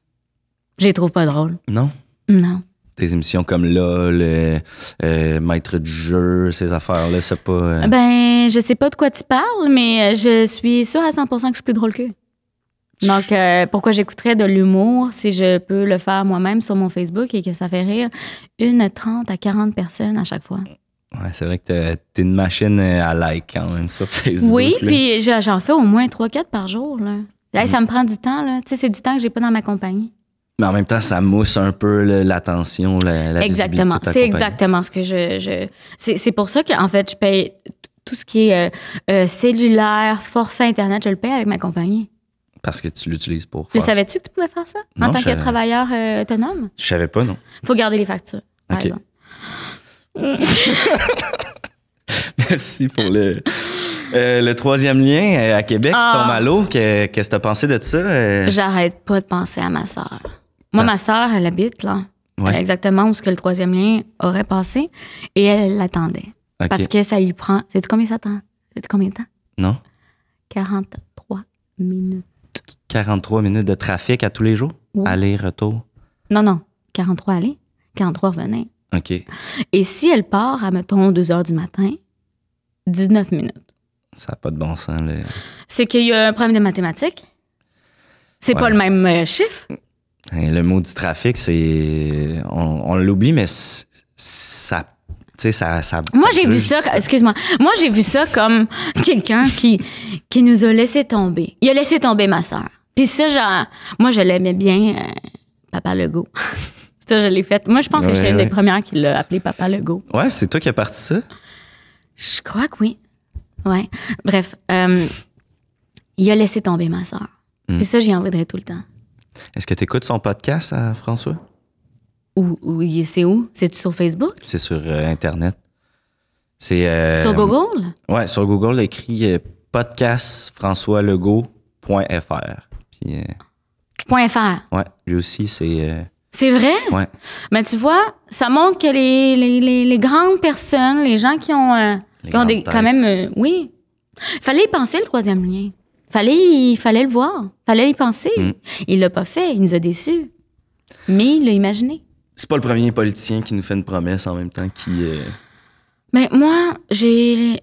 Speaker 3: Je les trouve pas drôles.
Speaker 1: Non?
Speaker 3: Non.
Speaker 1: Des émissions comme LOL, euh, euh, Maître du jeu, ces affaires-là, c'est pas. euh,
Speaker 3: Ben, je sais pas de quoi tu parles, mais euh, je suis sûre à 100 que je suis plus drôle qu'eux. Donc, euh, pourquoi j'écouterais de l'humour si je peux le faire moi-même sur mon Facebook et que ça fait rire une 30 à 40 personnes à chaque fois? ben.
Speaker 1: ouais, c'est vrai que t'es- t'es une machine euh, à like quand même sur Facebook.
Speaker 3: oui,
Speaker 1: là.
Speaker 3: puis je- j'en fais au moins 3-4 par jour. Là.
Speaker 1: Mm.
Speaker 3: Hey, Ça me prend du temps. là. Tu sais, c'est du temps que j'ai pas dans ma compagnie.
Speaker 1: Mais en même temps, ça mousse un peu là, l'attention, la, la
Speaker 3: exactement.
Speaker 1: visibilité de ta
Speaker 3: C'est
Speaker 1: compagnie.
Speaker 3: exactement ce que je. je- c'est c'est pour ça qu'en fait, je paye t- tout ce qui est euh, euh, cellulaire, forfait Internet, je le paye avec ma compagnie.
Speaker 1: Parce que tu l'utilises pour
Speaker 3: Mais
Speaker 1: faire.
Speaker 3: savais-tu que tu pouvais faire ça
Speaker 1: Non,
Speaker 3: en tant
Speaker 1: je
Speaker 3: que
Speaker 1: savais-
Speaker 3: travailleur euh, autonome?
Speaker 1: Je savais pas, non.
Speaker 3: faut garder les factures, par
Speaker 1: Ok.
Speaker 3: exemple.
Speaker 1: Merci pour le, euh, le troisième lien euh, à Québec
Speaker 3: Ah.
Speaker 1: qui tombe à l'eau. Que- Qu'est-ce que t'as pensé de ça? euh?
Speaker 3: J'arrête pas de penser à ma sœur. Moi,
Speaker 1: Ta-
Speaker 3: ma sœur, elle habite là, euh,
Speaker 1: Ouais.
Speaker 3: exactement où ce que le troisième lien aurait passé, et elle l'attendait.
Speaker 1: Ok.
Speaker 3: Parce que ça y prend... Sais-tu combien ça prend? Sais-tu combien de temps?
Speaker 1: Non?
Speaker 3: 43 minutes.
Speaker 1: 43 minutes de trafic à tous les jours?
Speaker 3: Oui.
Speaker 1: Aller-retour?
Speaker 3: Non, non, 43 aller, 43 revenir.
Speaker 1: OK.
Speaker 3: Et si elle part à, mettons, 2 heures du matin, 19 minutes.
Speaker 1: Ça n'a pas de bon sens. là.
Speaker 3: C'est qu'il y a un problème de mathématiques. C'est
Speaker 1: Ouais.
Speaker 3: pas le même euh, chiffre.
Speaker 1: Hein, Le mot du trafic, c'est. On, on l'oublie, mais c- ça. Tu sais, ça, ça.
Speaker 3: Moi,
Speaker 1: ça
Speaker 3: j'ai vu
Speaker 1: gruge.
Speaker 3: ça, excuse-moi, moi, j'ai vu ça comme quelqu'un qui, qui nous a laissé tomber. Il a laissé tomber ma sœur. Puis ça, genre, moi, je l'aimais bien, euh, Papa Legault. ça, je l'ai fait. Moi, je pense que
Speaker 1: Ouais,
Speaker 3: j'étais une
Speaker 1: ouais.
Speaker 3: des premières qui l'a appelé Papa Legault.
Speaker 1: Ouais, c'est toi qui as parti ça?
Speaker 3: Je crois que oui. Ouais. Bref, euh, il a laissé tomber ma sœur.
Speaker 1: Hmm.
Speaker 3: Puis ça, j'y en voudrais tout le temps.
Speaker 1: Est-ce que tu écoutes son podcast, à François?
Speaker 3: Ou, ou il- c'est où? C'est-tu sur Facebook?
Speaker 1: C'est sur euh, Internet. C'est. euh,
Speaker 3: sur Google?
Speaker 1: Ouais, sur Google, écrit euh, podcastfrançoislegault.fr. Puis, euh,
Speaker 3: Point .fr.
Speaker 1: ouais, lui aussi, c'est. euh,
Speaker 3: C'est vrai?
Speaker 1: ouais.
Speaker 3: Mais tu vois, ça montre que les, les, les, les grandes personnes, les gens qui ont, euh,
Speaker 1: Les
Speaker 3: qui ont des,
Speaker 1: grandes
Speaker 3: quand
Speaker 1: têtes.
Speaker 3: même. euh, oui. Fallait y penser le troisième lien. Fallait y, fallait le voir. Fallait y penser.
Speaker 1: Mm.
Speaker 3: Il l'a pas fait. Il nous a déçus. Mais il l'a imaginé.
Speaker 1: C'est pas le premier politicien qui nous fait une promesse en même temps qui. euh,
Speaker 3: Mais moi, j'ai,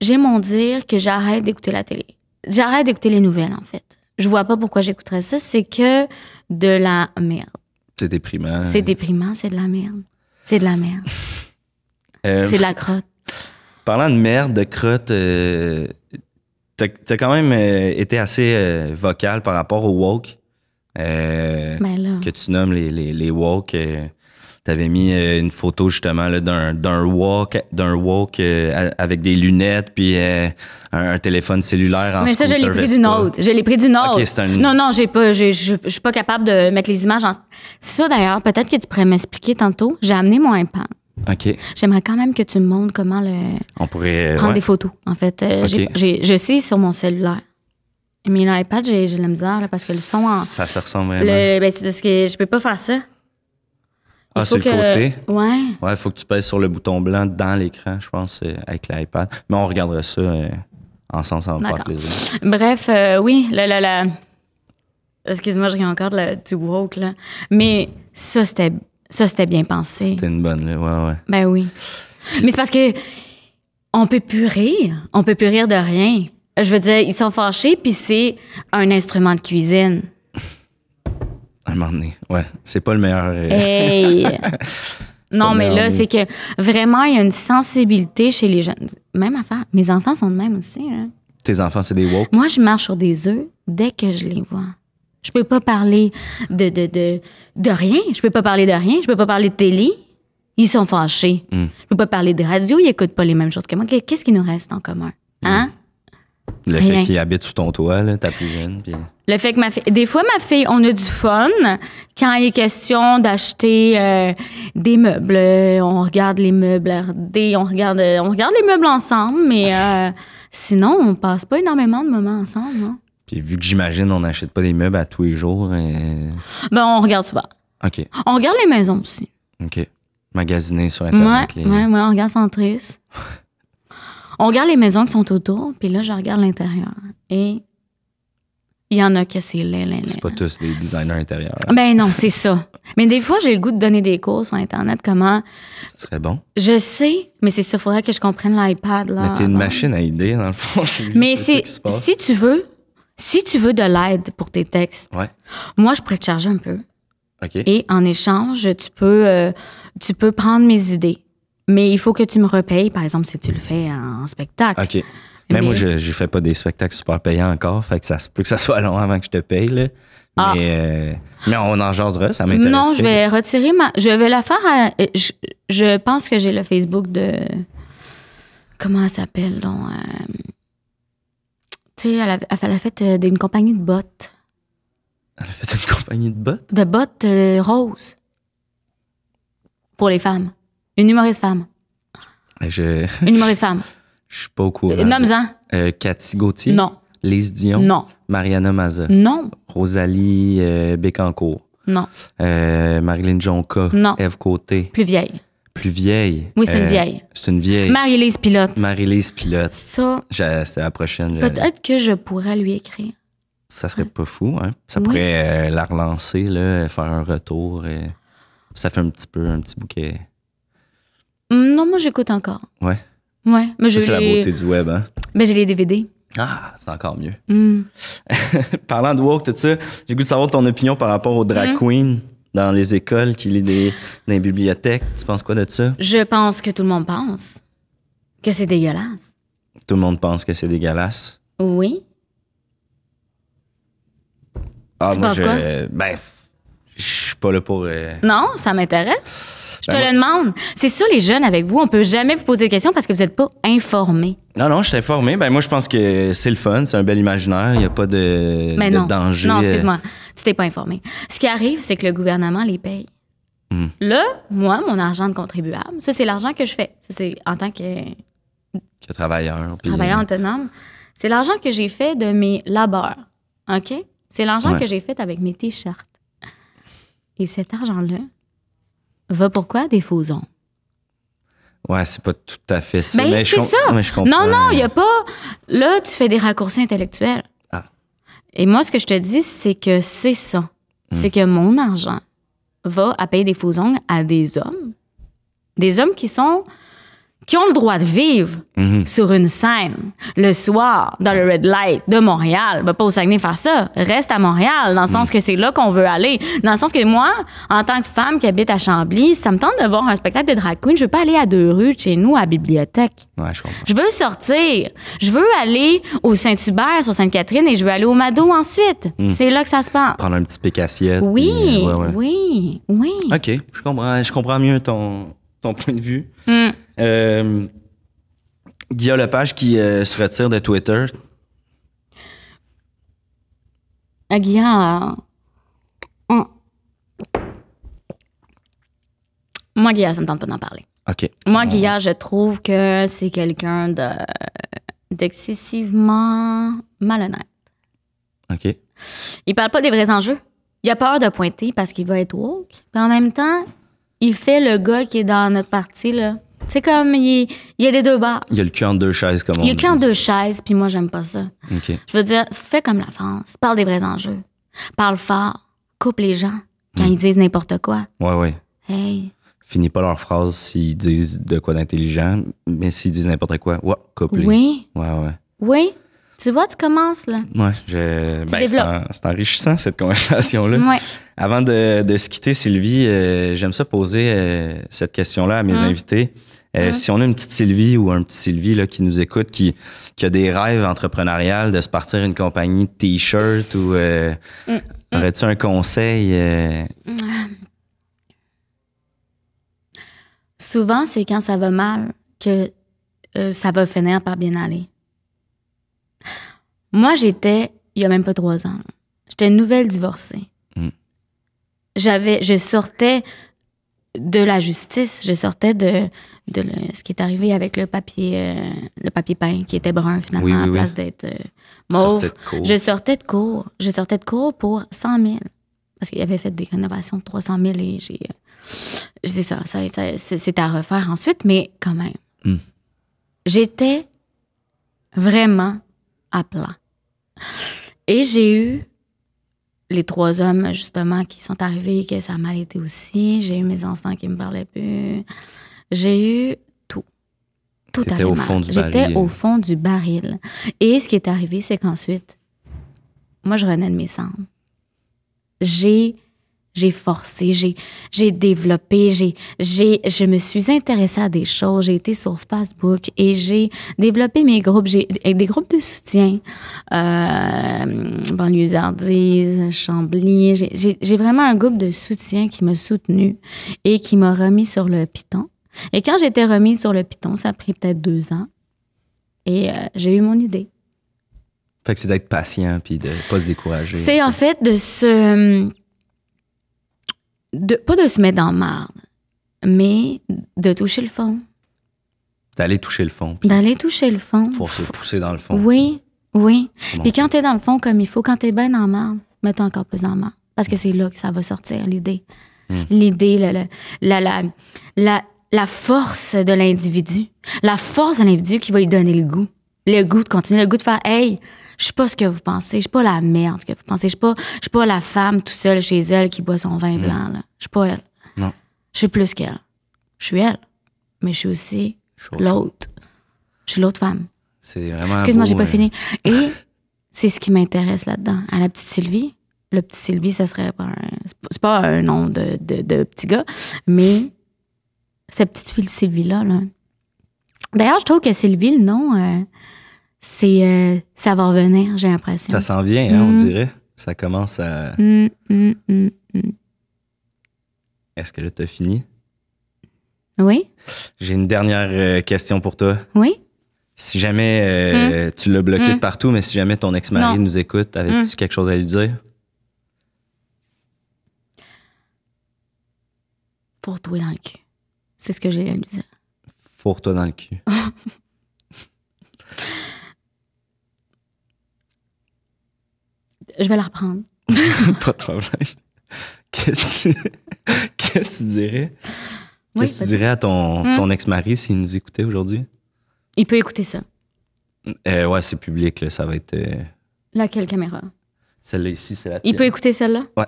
Speaker 3: j'ai mon dire que j'arrête d'écouter la télé. J'arrête d'écouter les nouvelles, en fait. Je vois pas pourquoi j'écouterais ça. C'est que de la merde.
Speaker 1: c'est déprimant.
Speaker 3: C'est déprimant. C'est de la merde. C'est de la merde.
Speaker 1: Euh,
Speaker 3: C'est de la crotte.
Speaker 1: Parlant de merde, de crotte, euh, t'as t'as quand même euh, été assez euh, vocal par rapport au woke. euh,
Speaker 3: Ben là.
Speaker 1: que tu nommes les, les, les walks. tu avais mis euh, une photo justement là, d'un, d'un walk, d'un walk euh, a- avec des lunettes puis euh, un, un téléphone cellulaire en
Speaker 3: Mais ça, je l'ai
Speaker 1: scooter
Speaker 3: pris
Speaker 1: Vespa.
Speaker 3: d'une autre. Je l'ai pris d'une autre.
Speaker 1: Ok, c'est un-
Speaker 3: Non, non, j'ai pas, j'ai- je je suis pas capable de mettre les images en. Ça, d'ailleurs, peut-être que tu pourrais m'expliquer tantôt. J'ai amené mon iPad.
Speaker 1: OK.
Speaker 3: J'aimerais quand même que tu me montres comment le.
Speaker 1: On pourrait. euh,
Speaker 3: prendre
Speaker 1: ouais.
Speaker 3: des photos, en fait. Euh,
Speaker 1: Ok.
Speaker 3: j'ai- j'ai- je sais sur mon cellulaire. Mais l'iPad, j'ai j'ai de la misère là, parce que le son en.
Speaker 1: Ça se ressemble vraiment.
Speaker 3: Le, ben, c'est parce que je peux pas faire ça.
Speaker 1: Ah,
Speaker 3: Il faut
Speaker 1: c'est
Speaker 3: que-
Speaker 1: le côté.
Speaker 3: Ouais.
Speaker 1: Ouais, faut que tu pèses sur le bouton blanc dans l'écran, je pense, euh, avec l'iPad. Mais on regardera ça euh, ensemble, ça va me faire
Speaker 3: D'accord.
Speaker 1: plaisir.
Speaker 3: Bref, euh, oui, là, là, là. Excuse-moi, je regarde encore de la- du woke, là. Mais ça, c'était ça, c'était bien pensé.
Speaker 1: C'était une bonne, là. ouais, ouais.
Speaker 3: Ben oui. Mais c'est parce que on peut plus rire. On peut plus rire de rien. Je veux dire, ils sont fâchés, puis c'est un instrument de cuisine.
Speaker 1: À un moment donné, ouais. C'est pas le meilleur. euh,
Speaker 3: Hey! non,
Speaker 1: Comme
Speaker 3: mais
Speaker 1: un-
Speaker 3: là, c'est que vraiment, il y a une sensibilité chez les jeunes. Même affaire. Mes enfants sont de même aussi. hein. là.
Speaker 1: Tes enfants, c'est des woke.
Speaker 3: Moi, je marche sur des œufs dès que je les vois. Je peux pas parler de, de, de, de rien. Je peux pas parler de rien. Je peux pas parler de télé. Ils sont fâchés. Je peux pas parler de radio. Ils écoutent pas les mêmes choses que moi. Qu'est- Qu'est-ce qui nous reste en commun? Hein?
Speaker 1: Le
Speaker 3: Rien.
Speaker 1: fait qu'ils habitent sous ton toit, là, ta plus jeune. puis-
Speaker 3: Le fait que ma fille. Des fois, ma fille, on a du fun quand il est question d'acheter euh, des meubles. Euh, On regarde les meubles RD, on regarde, euh, on regarde les meubles ensemble, mais euh, sinon, on passe pas énormément de moments ensemble. hein. non?
Speaker 1: Puis vu que j'imagine, on n'achète pas des meubles à tous les jours. euh,
Speaker 3: Ben, on regarde souvent.
Speaker 1: OK,
Speaker 3: On regarde les maisons aussi.
Speaker 1: OK. Magasiner sur
Speaker 3: Ouais,
Speaker 1: Internet. les-
Speaker 3: ouais, ouais, on regarde Centris. on regarde les maisons qui sont autour, puis là, je regarde l'intérieur. Et il y en a que c'est laid, laid, laid.
Speaker 1: C'est pas tous des designers intérieurs.
Speaker 3: Ben non, c'est ça. Mais des fois, j'ai le goût de donner des cours sur Internet, comment...
Speaker 1: Ce serait bon.
Speaker 3: Je sais, mais c'est ça, faudrait que je comprenne l'iPad, là.
Speaker 1: Mais t'es une
Speaker 3: avant.
Speaker 1: machine à idées, dans le fond. c'est-
Speaker 3: Ah, Mais
Speaker 1: c'est ça
Speaker 3: c'est...
Speaker 1: qui se passe.
Speaker 3: Si tu veux, si tu veux de l'aide pour tes textes,
Speaker 1: Ouais,
Speaker 3: moi, je pourrais te charger un peu.
Speaker 1: OK.
Speaker 3: Et en échange, tu peux, euh, tu peux prendre mes idées. Mais il faut que tu me repayes, par exemple, si tu le fais en spectacle.
Speaker 1: OK. Mais,
Speaker 3: Mais-
Speaker 1: moi, je ne fais pas des spectacles super payants encore. Fait que ça se peut que ça soit long avant que je te paye. Là.
Speaker 3: Ah.
Speaker 1: Mais, euh, mais on en jasera, ça m'intéresse.
Speaker 3: Non, je vais retirer ma. Je vais la faire à. euh, Je, je pense que j'ai le Facebook de. Comment elle s'appelle, donc? euh, Tu sais, elle, a- elle a fait euh, d'une compagnie de bottes.
Speaker 1: Elle a fait une compagnie de bottes.
Speaker 3: De bottes euh, roses. Pour les femmes. Une humoriste femme.
Speaker 1: Et Je
Speaker 3: Une humoriste femme.
Speaker 1: je suis pas au courant.
Speaker 3: Nomme-en.
Speaker 1: Euh, Cathy Gauthier.
Speaker 3: Non.
Speaker 1: Lise Dion.
Speaker 3: Non.
Speaker 1: Mariana Maza.
Speaker 3: Non.
Speaker 1: Rosalie euh, Bécancourt.
Speaker 3: Non.
Speaker 1: euh, Marilyn Jonca.
Speaker 3: Non.
Speaker 1: Ève Côté.
Speaker 3: Plus vieille.
Speaker 1: Plus vieille.
Speaker 3: Oui, c'est une
Speaker 1: Euh,
Speaker 3: vieille.
Speaker 1: C'est une vieille.
Speaker 3: Marie-Lise Pilote.
Speaker 1: Marie-Lise Pilote.
Speaker 3: Ça,
Speaker 1: J'ai- C'était la prochaine. j'allais-
Speaker 3: peut-être que je pourrais lui écrire.
Speaker 1: Ça serait pas fou, hein? Ça
Speaker 3: Oui.
Speaker 1: pourrait euh, la relancer, là, faire un retour. euh, ça fait un petit peu, un petit bouquet.
Speaker 3: Hum, Non, moi, j'écoute encore.
Speaker 1: Ouais.
Speaker 3: Ouais. Mais
Speaker 1: Ça,
Speaker 3: je
Speaker 1: c'est la
Speaker 3: les-
Speaker 1: beauté du web, hein?
Speaker 3: Ben, j'ai les DVD.
Speaker 1: Ah, c'est encore mieux.
Speaker 3: Hum.
Speaker 1: Parlant de woke, tout ça, j'ai le goût de savoir ton opinion par rapport aux
Speaker 3: Hmm.
Speaker 1: drag queens dans les écoles, qui lit des, dans les bibliothèques. Tu penses quoi de ça?
Speaker 3: Je pense que tout le monde pense que c'est dégueulasse.
Speaker 1: Tout le monde pense que c'est dégueulasse.
Speaker 3: Oui.
Speaker 1: Ah,
Speaker 3: Tu penses quoi?
Speaker 1: Ben, je suis pas là pour. euh,
Speaker 3: Non, ça m'intéresse. Je te
Speaker 1: Ben,
Speaker 3: le demande. C'est ça, les jeunes avec vous. On peut jamais vous poser de questions parce que vous n'êtes pas informés.
Speaker 1: Non, non, je suis informé. Ben, moi, je pense que c'est le fun, c'est un bel imaginaire. Il n'y a pas de,
Speaker 3: Mais
Speaker 1: de
Speaker 3: Ben non.
Speaker 1: danger.
Speaker 3: Non,
Speaker 1: euh,
Speaker 3: excuse-moi. Tu t'es pas informé. Ce qui arrive, c'est que le gouvernement les paye.
Speaker 1: Hmm.
Speaker 3: Là, moi, mon argent de contribuable, ça, c'est l'argent que je fais. Ça, c'est en tant que
Speaker 1: Que travailleur. puis- euh,
Speaker 3: travailleur autonome. C'est l'argent que j'ai fait de mes labeurs. OK? C'est l'argent
Speaker 1: Ouais.
Speaker 3: que j'ai fait avec mes t-shirts. Et cet argent-là va pourquoi des faux ongles?
Speaker 1: Ouais, c'est pas tout à fait ça.
Speaker 3: Ben,
Speaker 1: mais je
Speaker 3: c'est
Speaker 1: com-
Speaker 3: ça.
Speaker 1: mais je comprends.
Speaker 3: non, non, il n'y a pas. Là, tu fais des raccourcis intellectuels.
Speaker 1: Ah. Hmm.
Speaker 3: Et moi, ce que je te dis, c'est que c'est ça. C'est que mon argent va à payer des faux ongles à des hommes. Des hommes qui sont. qui ont le droit de vivre
Speaker 1: Mhm.
Speaker 3: sur une scène le soir dans le red light de Montréal. Va pas au Saguenay faire ça. Reste à Montréal, dans le
Speaker 1: Hmm.
Speaker 3: sens que c'est là qu'on veut aller. Dans le sens que moi, en tant que femme qui habite à Chambly, ça me tente de voir un spectacle de drag queen. Je veux pas aller à deux rues de chez nous à la bibliothèque.
Speaker 1: Ouais, je comprends.
Speaker 3: Je veux sortir. Je veux aller au Saint-Hubert sur Sainte-Catherine et je veux aller au Mado ensuite.
Speaker 1: Hmm.
Speaker 3: C'est là que ça se passe.
Speaker 1: Prendre un petit pic assiette.
Speaker 3: Oui,
Speaker 1: puis, ouais, ouais.
Speaker 3: oui, oui.
Speaker 1: OK, je comprends, je comprends mieux ton, ton point de vue.
Speaker 3: Mm.
Speaker 1: Euh, Guillaume Lepage qui euh, se retire de Twitter.
Speaker 3: Ah, Guillaume, euh, mm. Moi, Guillaume, ça me tente pas d'en parler.
Speaker 1: OK.
Speaker 3: Moi, Guillaume, je trouve que c'est quelqu'un de d'excessivement malhonnête.
Speaker 1: OK.
Speaker 3: Il parle pas des vrais enjeux. Il a peur de pointer parce qu'il veut être woke. Puis en même temps, il fait le gars qui est dans notre parti, là. C'est comme, il, il est des deux bars.
Speaker 1: Il y a le cul en deux chaises, comme on
Speaker 3: Il est
Speaker 1: dit.
Speaker 3: que en deux chaises, puis moi, j'aime pas ça.
Speaker 1: OK.
Speaker 3: Je veux dire, fais comme la France. Parle des vrais enjeux. Parle fort. Coupe les gens quand ils disent n'importe quoi.
Speaker 1: Ouais, ouais.
Speaker 3: Hey.
Speaker 1: Finis pas leurs phrases s'ils disent de quoi d'intelligent, mais s'ils disent n'importe quoi, ouais, couplé.
Speaker 3: Oui,
Speaker 1: Ouais, ouais.
Speaker 3: oui. Tu vois, tu commences, là.
Speaker 1: Ouais, je- ben, c'est,
Speaker 3: développes.
Speaker 1: en- c'est enrichissant, cette conversation-là.
Speaker 3: Ouais.
Speaker 1: Avant de, de se quitter, Sylvie, euh, j'aime ça poser euh, cette question-là à mes
Speaker 3: Hein?
Speaker 1: invités. Euh, Si on a une petite Sylvie ou un petit Sylvie là, qui nous écoute, qui, qui a des rêves entrepreneuriales de se partir une compagnie de t-shirt ou euh,
Speaker 3: Mm,
Speaker 1: aurais-tu un conseil? euh,
Speaker 3: Souvent, c'est quand ça va mal que euh, ça va finir par bien aller. Moi, j'étais, il y a même pas trois ans, là, j'étais une nouvelle divorcée.
Speaker 1: Mm.
Speaker 3: J'avais, je sortais de la justice, je sortais de, de le- ce qui est arrivé avec le papier, euh, le papier peint qui était brun finalement
Speaker 1: Oui, oui,
Speaker 3: à
Speaker 1: oui.
Speaker 3: place d'être euh,
Speaker 1: Tu sortais
Speaker 3: mauve.
Speaker 1: de cours.
Speaker 3: Je sortais de cours. Je sortais de cours pour 100 000 parce qu'il avait fait des rénovations de 300 000 et j'ai euh, c'est ça, ça, ça- c'est c'est à refaire ensuite, mais quand même.
Speaker 1: Mm.
Speaker 3: J'étais vraiment à plat. Et j'ai eu les trois hommes, justement, qui sont arrivés, que ça a mal été aussi. J'ai eu mes enfants qui me parlaient plus. J'ai eu tout. Tout
Speaker 1: T'étais
Speaker 3: allait
Speaker 1: au
Speaker 3: mal.
Speaker 1: fond du
Speaker 3: J'étais
Speaker 1: baril.
Speaker 3: au fond du baril. Et ce qui est arrivé, c'est qu'ensuite, moi, je renais de mes cendres. J'ai j'ai forcé, j'ai, j'ai développé, j'ai, j'ai, je me suis intéressée à des choses, j'ai été sur Facebook et j'ai développé mes groupes, j'ai et des groupes de soutien, euh, banlieusardise, Chambly, j'ai, j'ai, j'ai vraiment un groupe de soutien qui m'a soutenue et qui m'a remis sur le piton. Et quand j'étais remise sur le piton, ça a pris peut-être deux ans et euh, j'ai eu mon idée.
Speaker 1: Fait que c'est d'être patient puis de pas se décourager.
Speaker 3: C'est en fait de se. De, pas de se mettre dans marde, mais de toucher le fond.
Speaker 1: D'aller toucher le fond puis
Speaker 3: D'aller toucher le fond.
Speaker 1: pour se pousser dans le fond.
Speaker 3: Oui, oui.
Speaker 1: Bon.
Speaker 3: Puis quand t'es dans le fond comme il faut, quand t'es bien dans marde, mets-toi encore plus en marde. Parce que c'est là que ça va sortir, l'idée.
Speaker 1: Mm.
Speaker 3: L'idée, le- le- la, la, la, la force de l'individu. La force de l'individu qui va lui donner le goût. Le goût de continuer, le goût de faire Hey, je suis pas ce que vous pensez, je suis pas la merde que vous pensez, je suis pas, je suis pas la femme tout seule chez elle qui boit son vin blanc. là. Je suis pas elle.
Speaker 1: Mm. Non.
Speaker 3: Je suis plus qu'elle. Je suis elle. Mais je suis aussi
Speaker 1: Je suis autre
Speaker 3: l'autre. Je suis l'autre femme.
Speaker 1: C'est vraiment.
Speaker 3: Excuse-moi,
Speaker 1: beau,
Speaker 3: j'ai pas
Speaker 1: euh,
Speaker 3: fini. Et c'est ce qui m'intéresse là-dedans. À la petite Sylvie, le petit Sylvie, ça serait pas un, c'est pas- c'est pas un nom de, de, de petit gars, mais cette petite fille Sylvie-là. Là. D'ailleurs, je trouve que Sylvie, le nom, euh, c'est euh, ça va revenir, j'ai l'impression.
Speaker 1: Ça s'en vient, hein, on
Speaker 3: Mm.
Speaker 1: dirait. Ça commence à.
Speaker 3: Mm, mm, mm.
Speaker 1: Est-ce que là, t'as fini?
Speaker 3: Oui,
Speaker 1: J'ai une dernière euh, question pour toi.
Speaker 3: oui.
Speaker 1: Si jamais euh, tu l'as bloqué de partout, mais si jamais ton ex-mari
Speaker 3: Hmm. Non. Hmm.
Speaker 1: nous écoute, avais-tu quelque chose à lui dire?
Speaker 3: Pour toi dans le cul. C'est ce que j'ai à lui dire.
Speaker 1: Fourre-toi dans le cul.
Speaker 3: Je vais la reprendre. Oh.
Speaker 1: pas de problème. Qu'est-ce que tu- qu'est-ce que tu dirais?
Speaker 3: Oui,
Speaker 1: Qu'est-ce que tu
Speaker 3: vas-y.
Speaker 1: dirais à ton,
Speaker 3: Mm.
Speaker 1: ton ex-mari s'il nous écoutait aujourd'hui?
Speaker 3: il peut écouter ça.
Speaker 1: Euh, ouais, c'est public, là, ça va être. euh,
Speaker 3: Laquelle caméra?
Speaker 1: Celle-là ici, c'est la
Speaker 3: Il
Speaker 1: tienne.
Speaker 3: peut écouter celle-là?
Speaker 1: Ouais.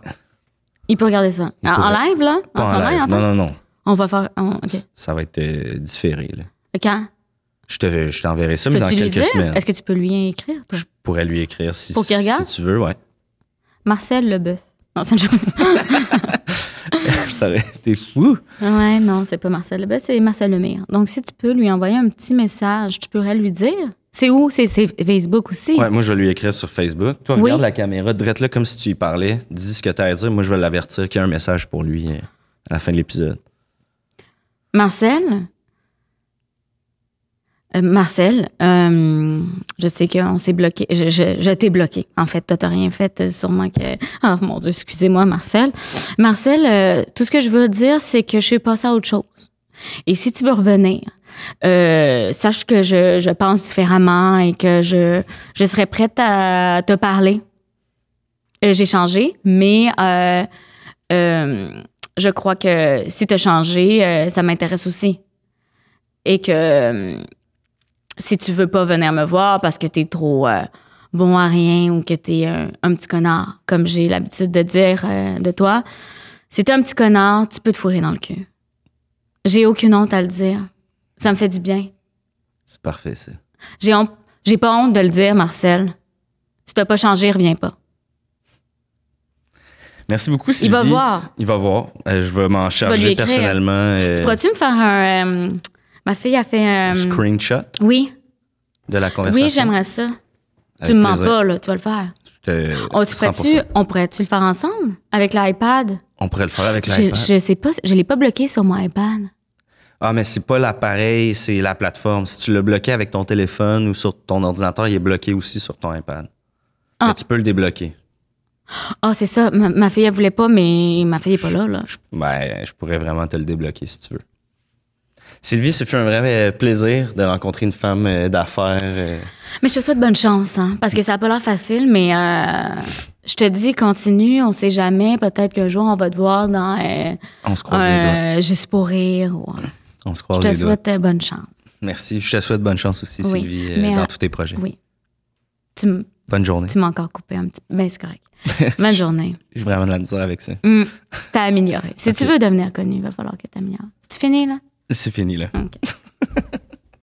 Speaker 3: Il peut regarder ça.
Speaker 1: Il
Speaker 3: en,
Speaker 1: peut
Speaker 3: en
Speaker 1: re-
Speaker 3: live, là?
Speaker 1: Pas
Speaker 3: ce
Speaker 1: en
Speaker 3: moment, il
Speaker 1: live.
Speaker 3: entend?
Speaker 1: Non, non, non.
Speaker 3: On va faire. on- OK.
Speaker 1: Ça va être euh, différé, là.
Speaker 3: Quand?
Speaker 1: Je te- je t'enverrai ça, mais dans
Speaker 3: Peux-tu lui
Speaker 1: quelques
Speaker 3: dire?
Speaker 1: semaines.
Speaker 3: Est-ce que tu peux lui écrire, toi?
Speaker 1: Je pourrais lui écrire si,
Speaker 3: Pour qu'il
Speaker 1: si
Speaker 3: regarde?
Speaker 1: tu veux, ouais.
Speaker 3: Marcel Leboeuf. Non, c'est une joke.
Speaker 1: Ça aurait été fou.
Speaker 3: Ouais, non, c'est pas Marcel Lebel, c'est Marcel Lemire. Donc, si tu peux lui envoyer un petit message, tu pourrais lui dire. C'est où? C'est c'est Facebook aussi.
Speaker 1: Ouais, moi, je vais lui écrire sur Facebook. Toi,
Speaker 3: Oui.
Speaker 1: regarde la caméra, drette-le comme si tu y parlais. Dis ce que tu as à dire. Moi, je vais l'avertir qu'il y a un message pour lui euh, à la fin de l'épisode.
Speaker 3: Marcel? Euh, Marcel, euh, je sais qu'on s'est bloqué. Je, je- je t'ai bloqué. En fait, toi, t'as rien fait. euh, Sûrement que. Ah, mon Dieu, excusez-moi, Marcel. Marcel, euh, tout ce que je veux dire, c'est que je suis passée à autre chose. Et si tu veux revenir, euh, sache que je, je pense différemment et que je, je serais prête à te parler. Euh, J'ai changé, mais euh, euh, je crois que si tu as changé, euh, ça m'intéresse aussi. Et que euh, si tu veux pas venir me voir parce que tu es trop euh, bon à rien ou que tu es un, un petit connard, comme j'ai l'habitude de dire euh, de toi, si t'es un petit connard, tu peux te fourrer dans le cul. J'ai aucune honte à le dire. Ça me fait du bien.
Speaker 1: C'est parfait, ça.
Speaker 3: J'ai hon- j'ai pas honte de le dire, Marcel. Si t'as pas changé, reviens pas.
Speaker 1: Merci beaucoup, Sylvie.
Speaker 3: va voir.
Speaker 1: Il va voir. Euh, je vais m'en
Speaker 3: lui
Speaker 1: charger
Speaker 3: écrire.
Speaker 1: personnellement. euh,
Speaker 3: Tu Pourras-tu me faire un. euh, ma fille a fait.
Speaker 1: un
Speaker 3: euh,
Speaker 1: screenshot
Speaker 3: oui,
Speaker 1: de la conversation.
Speaker 3: oui, j'aimerais ça.
Speaker 1: Avec
Speaker 3: Tu me mens
Speaker 1: plaisir.
Speaker 3: pas, là, tu vas le faire.
Speaker 1: Je te-
Speaker 3: Oh, tu pourrais-tu-
Speaker 1: 100%.
Speaker 3: on pourrait-tu le faire ensemble avec l'iPad?
Speaker 1: On pourrait le faire avec
Speaker 3: Je,
Speaker 1: l'iPad.
Speaker 3: je sais pas, je l'ai pas bloqué sur mon iPad.
Speaker 1: Ah, mais c'est pas l'appareil, c'est la plateforme. Si tu l'as bloqué avec ton téléphone ou sur ton ordinateur, il est bloqué aussi sur ton iPad.
Speaker 3: Ah.
Speaker 1: Mais tu peux le débloquer.
Speaker 3: Ah, c'est ça, ma, ma fille, elle voulait pas, mais ma fille est pas là, là.
Speaker 1: Je, ben, je pourrais vraiment te le débloquer si tu veux. Sylvie, ce fut un vrai euh, plaisir de rencontrer une femme euh, d'affaires. euh.
Speaker 3: Mais je te souhaite bonne chance, hein, parce que ça a pas l'air facile, mais euh, je te dis, continue, on sait jamais, peut-être qu'un jour, on va te voir dans euh,
Speaker 1: On se croise les doigts.
Speaker 3: un Juste pour rire. ou- euh,
Speaker 1: On se
Speaker 3: Je
Speaker 1: croise
Speaker 3: te
Speaker 1: les doigts.
Speaker 3: souhaite euh, bonne chance.
Speaker 1: Merci. Je te souhaite bonne chance aussi,
Speaker 3: Oui.
Speaker 1: Sylvie, euh,
Speaker 3: Mais,
Speaker 1: dans
Speaker 3: euh,
Speaker 1: tous tes projets.
Speaker 3: Oui. Tu m-
Speaker 1: Bonne journée.
Speaker 3: tu m'as encore coupé un petit peu, mais c'est correct. Bonne journée.
Speaker 1: J'ai vraiment de la misère avec ça.
Speaker 3: Mm, c'est à améliorer. Si
Speaker 1: Ok.
Speaker 3: tu veux devenir connu, il va falloir que tu améliores. C'est fini, là?
Speaker 1: C'est fini, là.
Speaker 3: OK.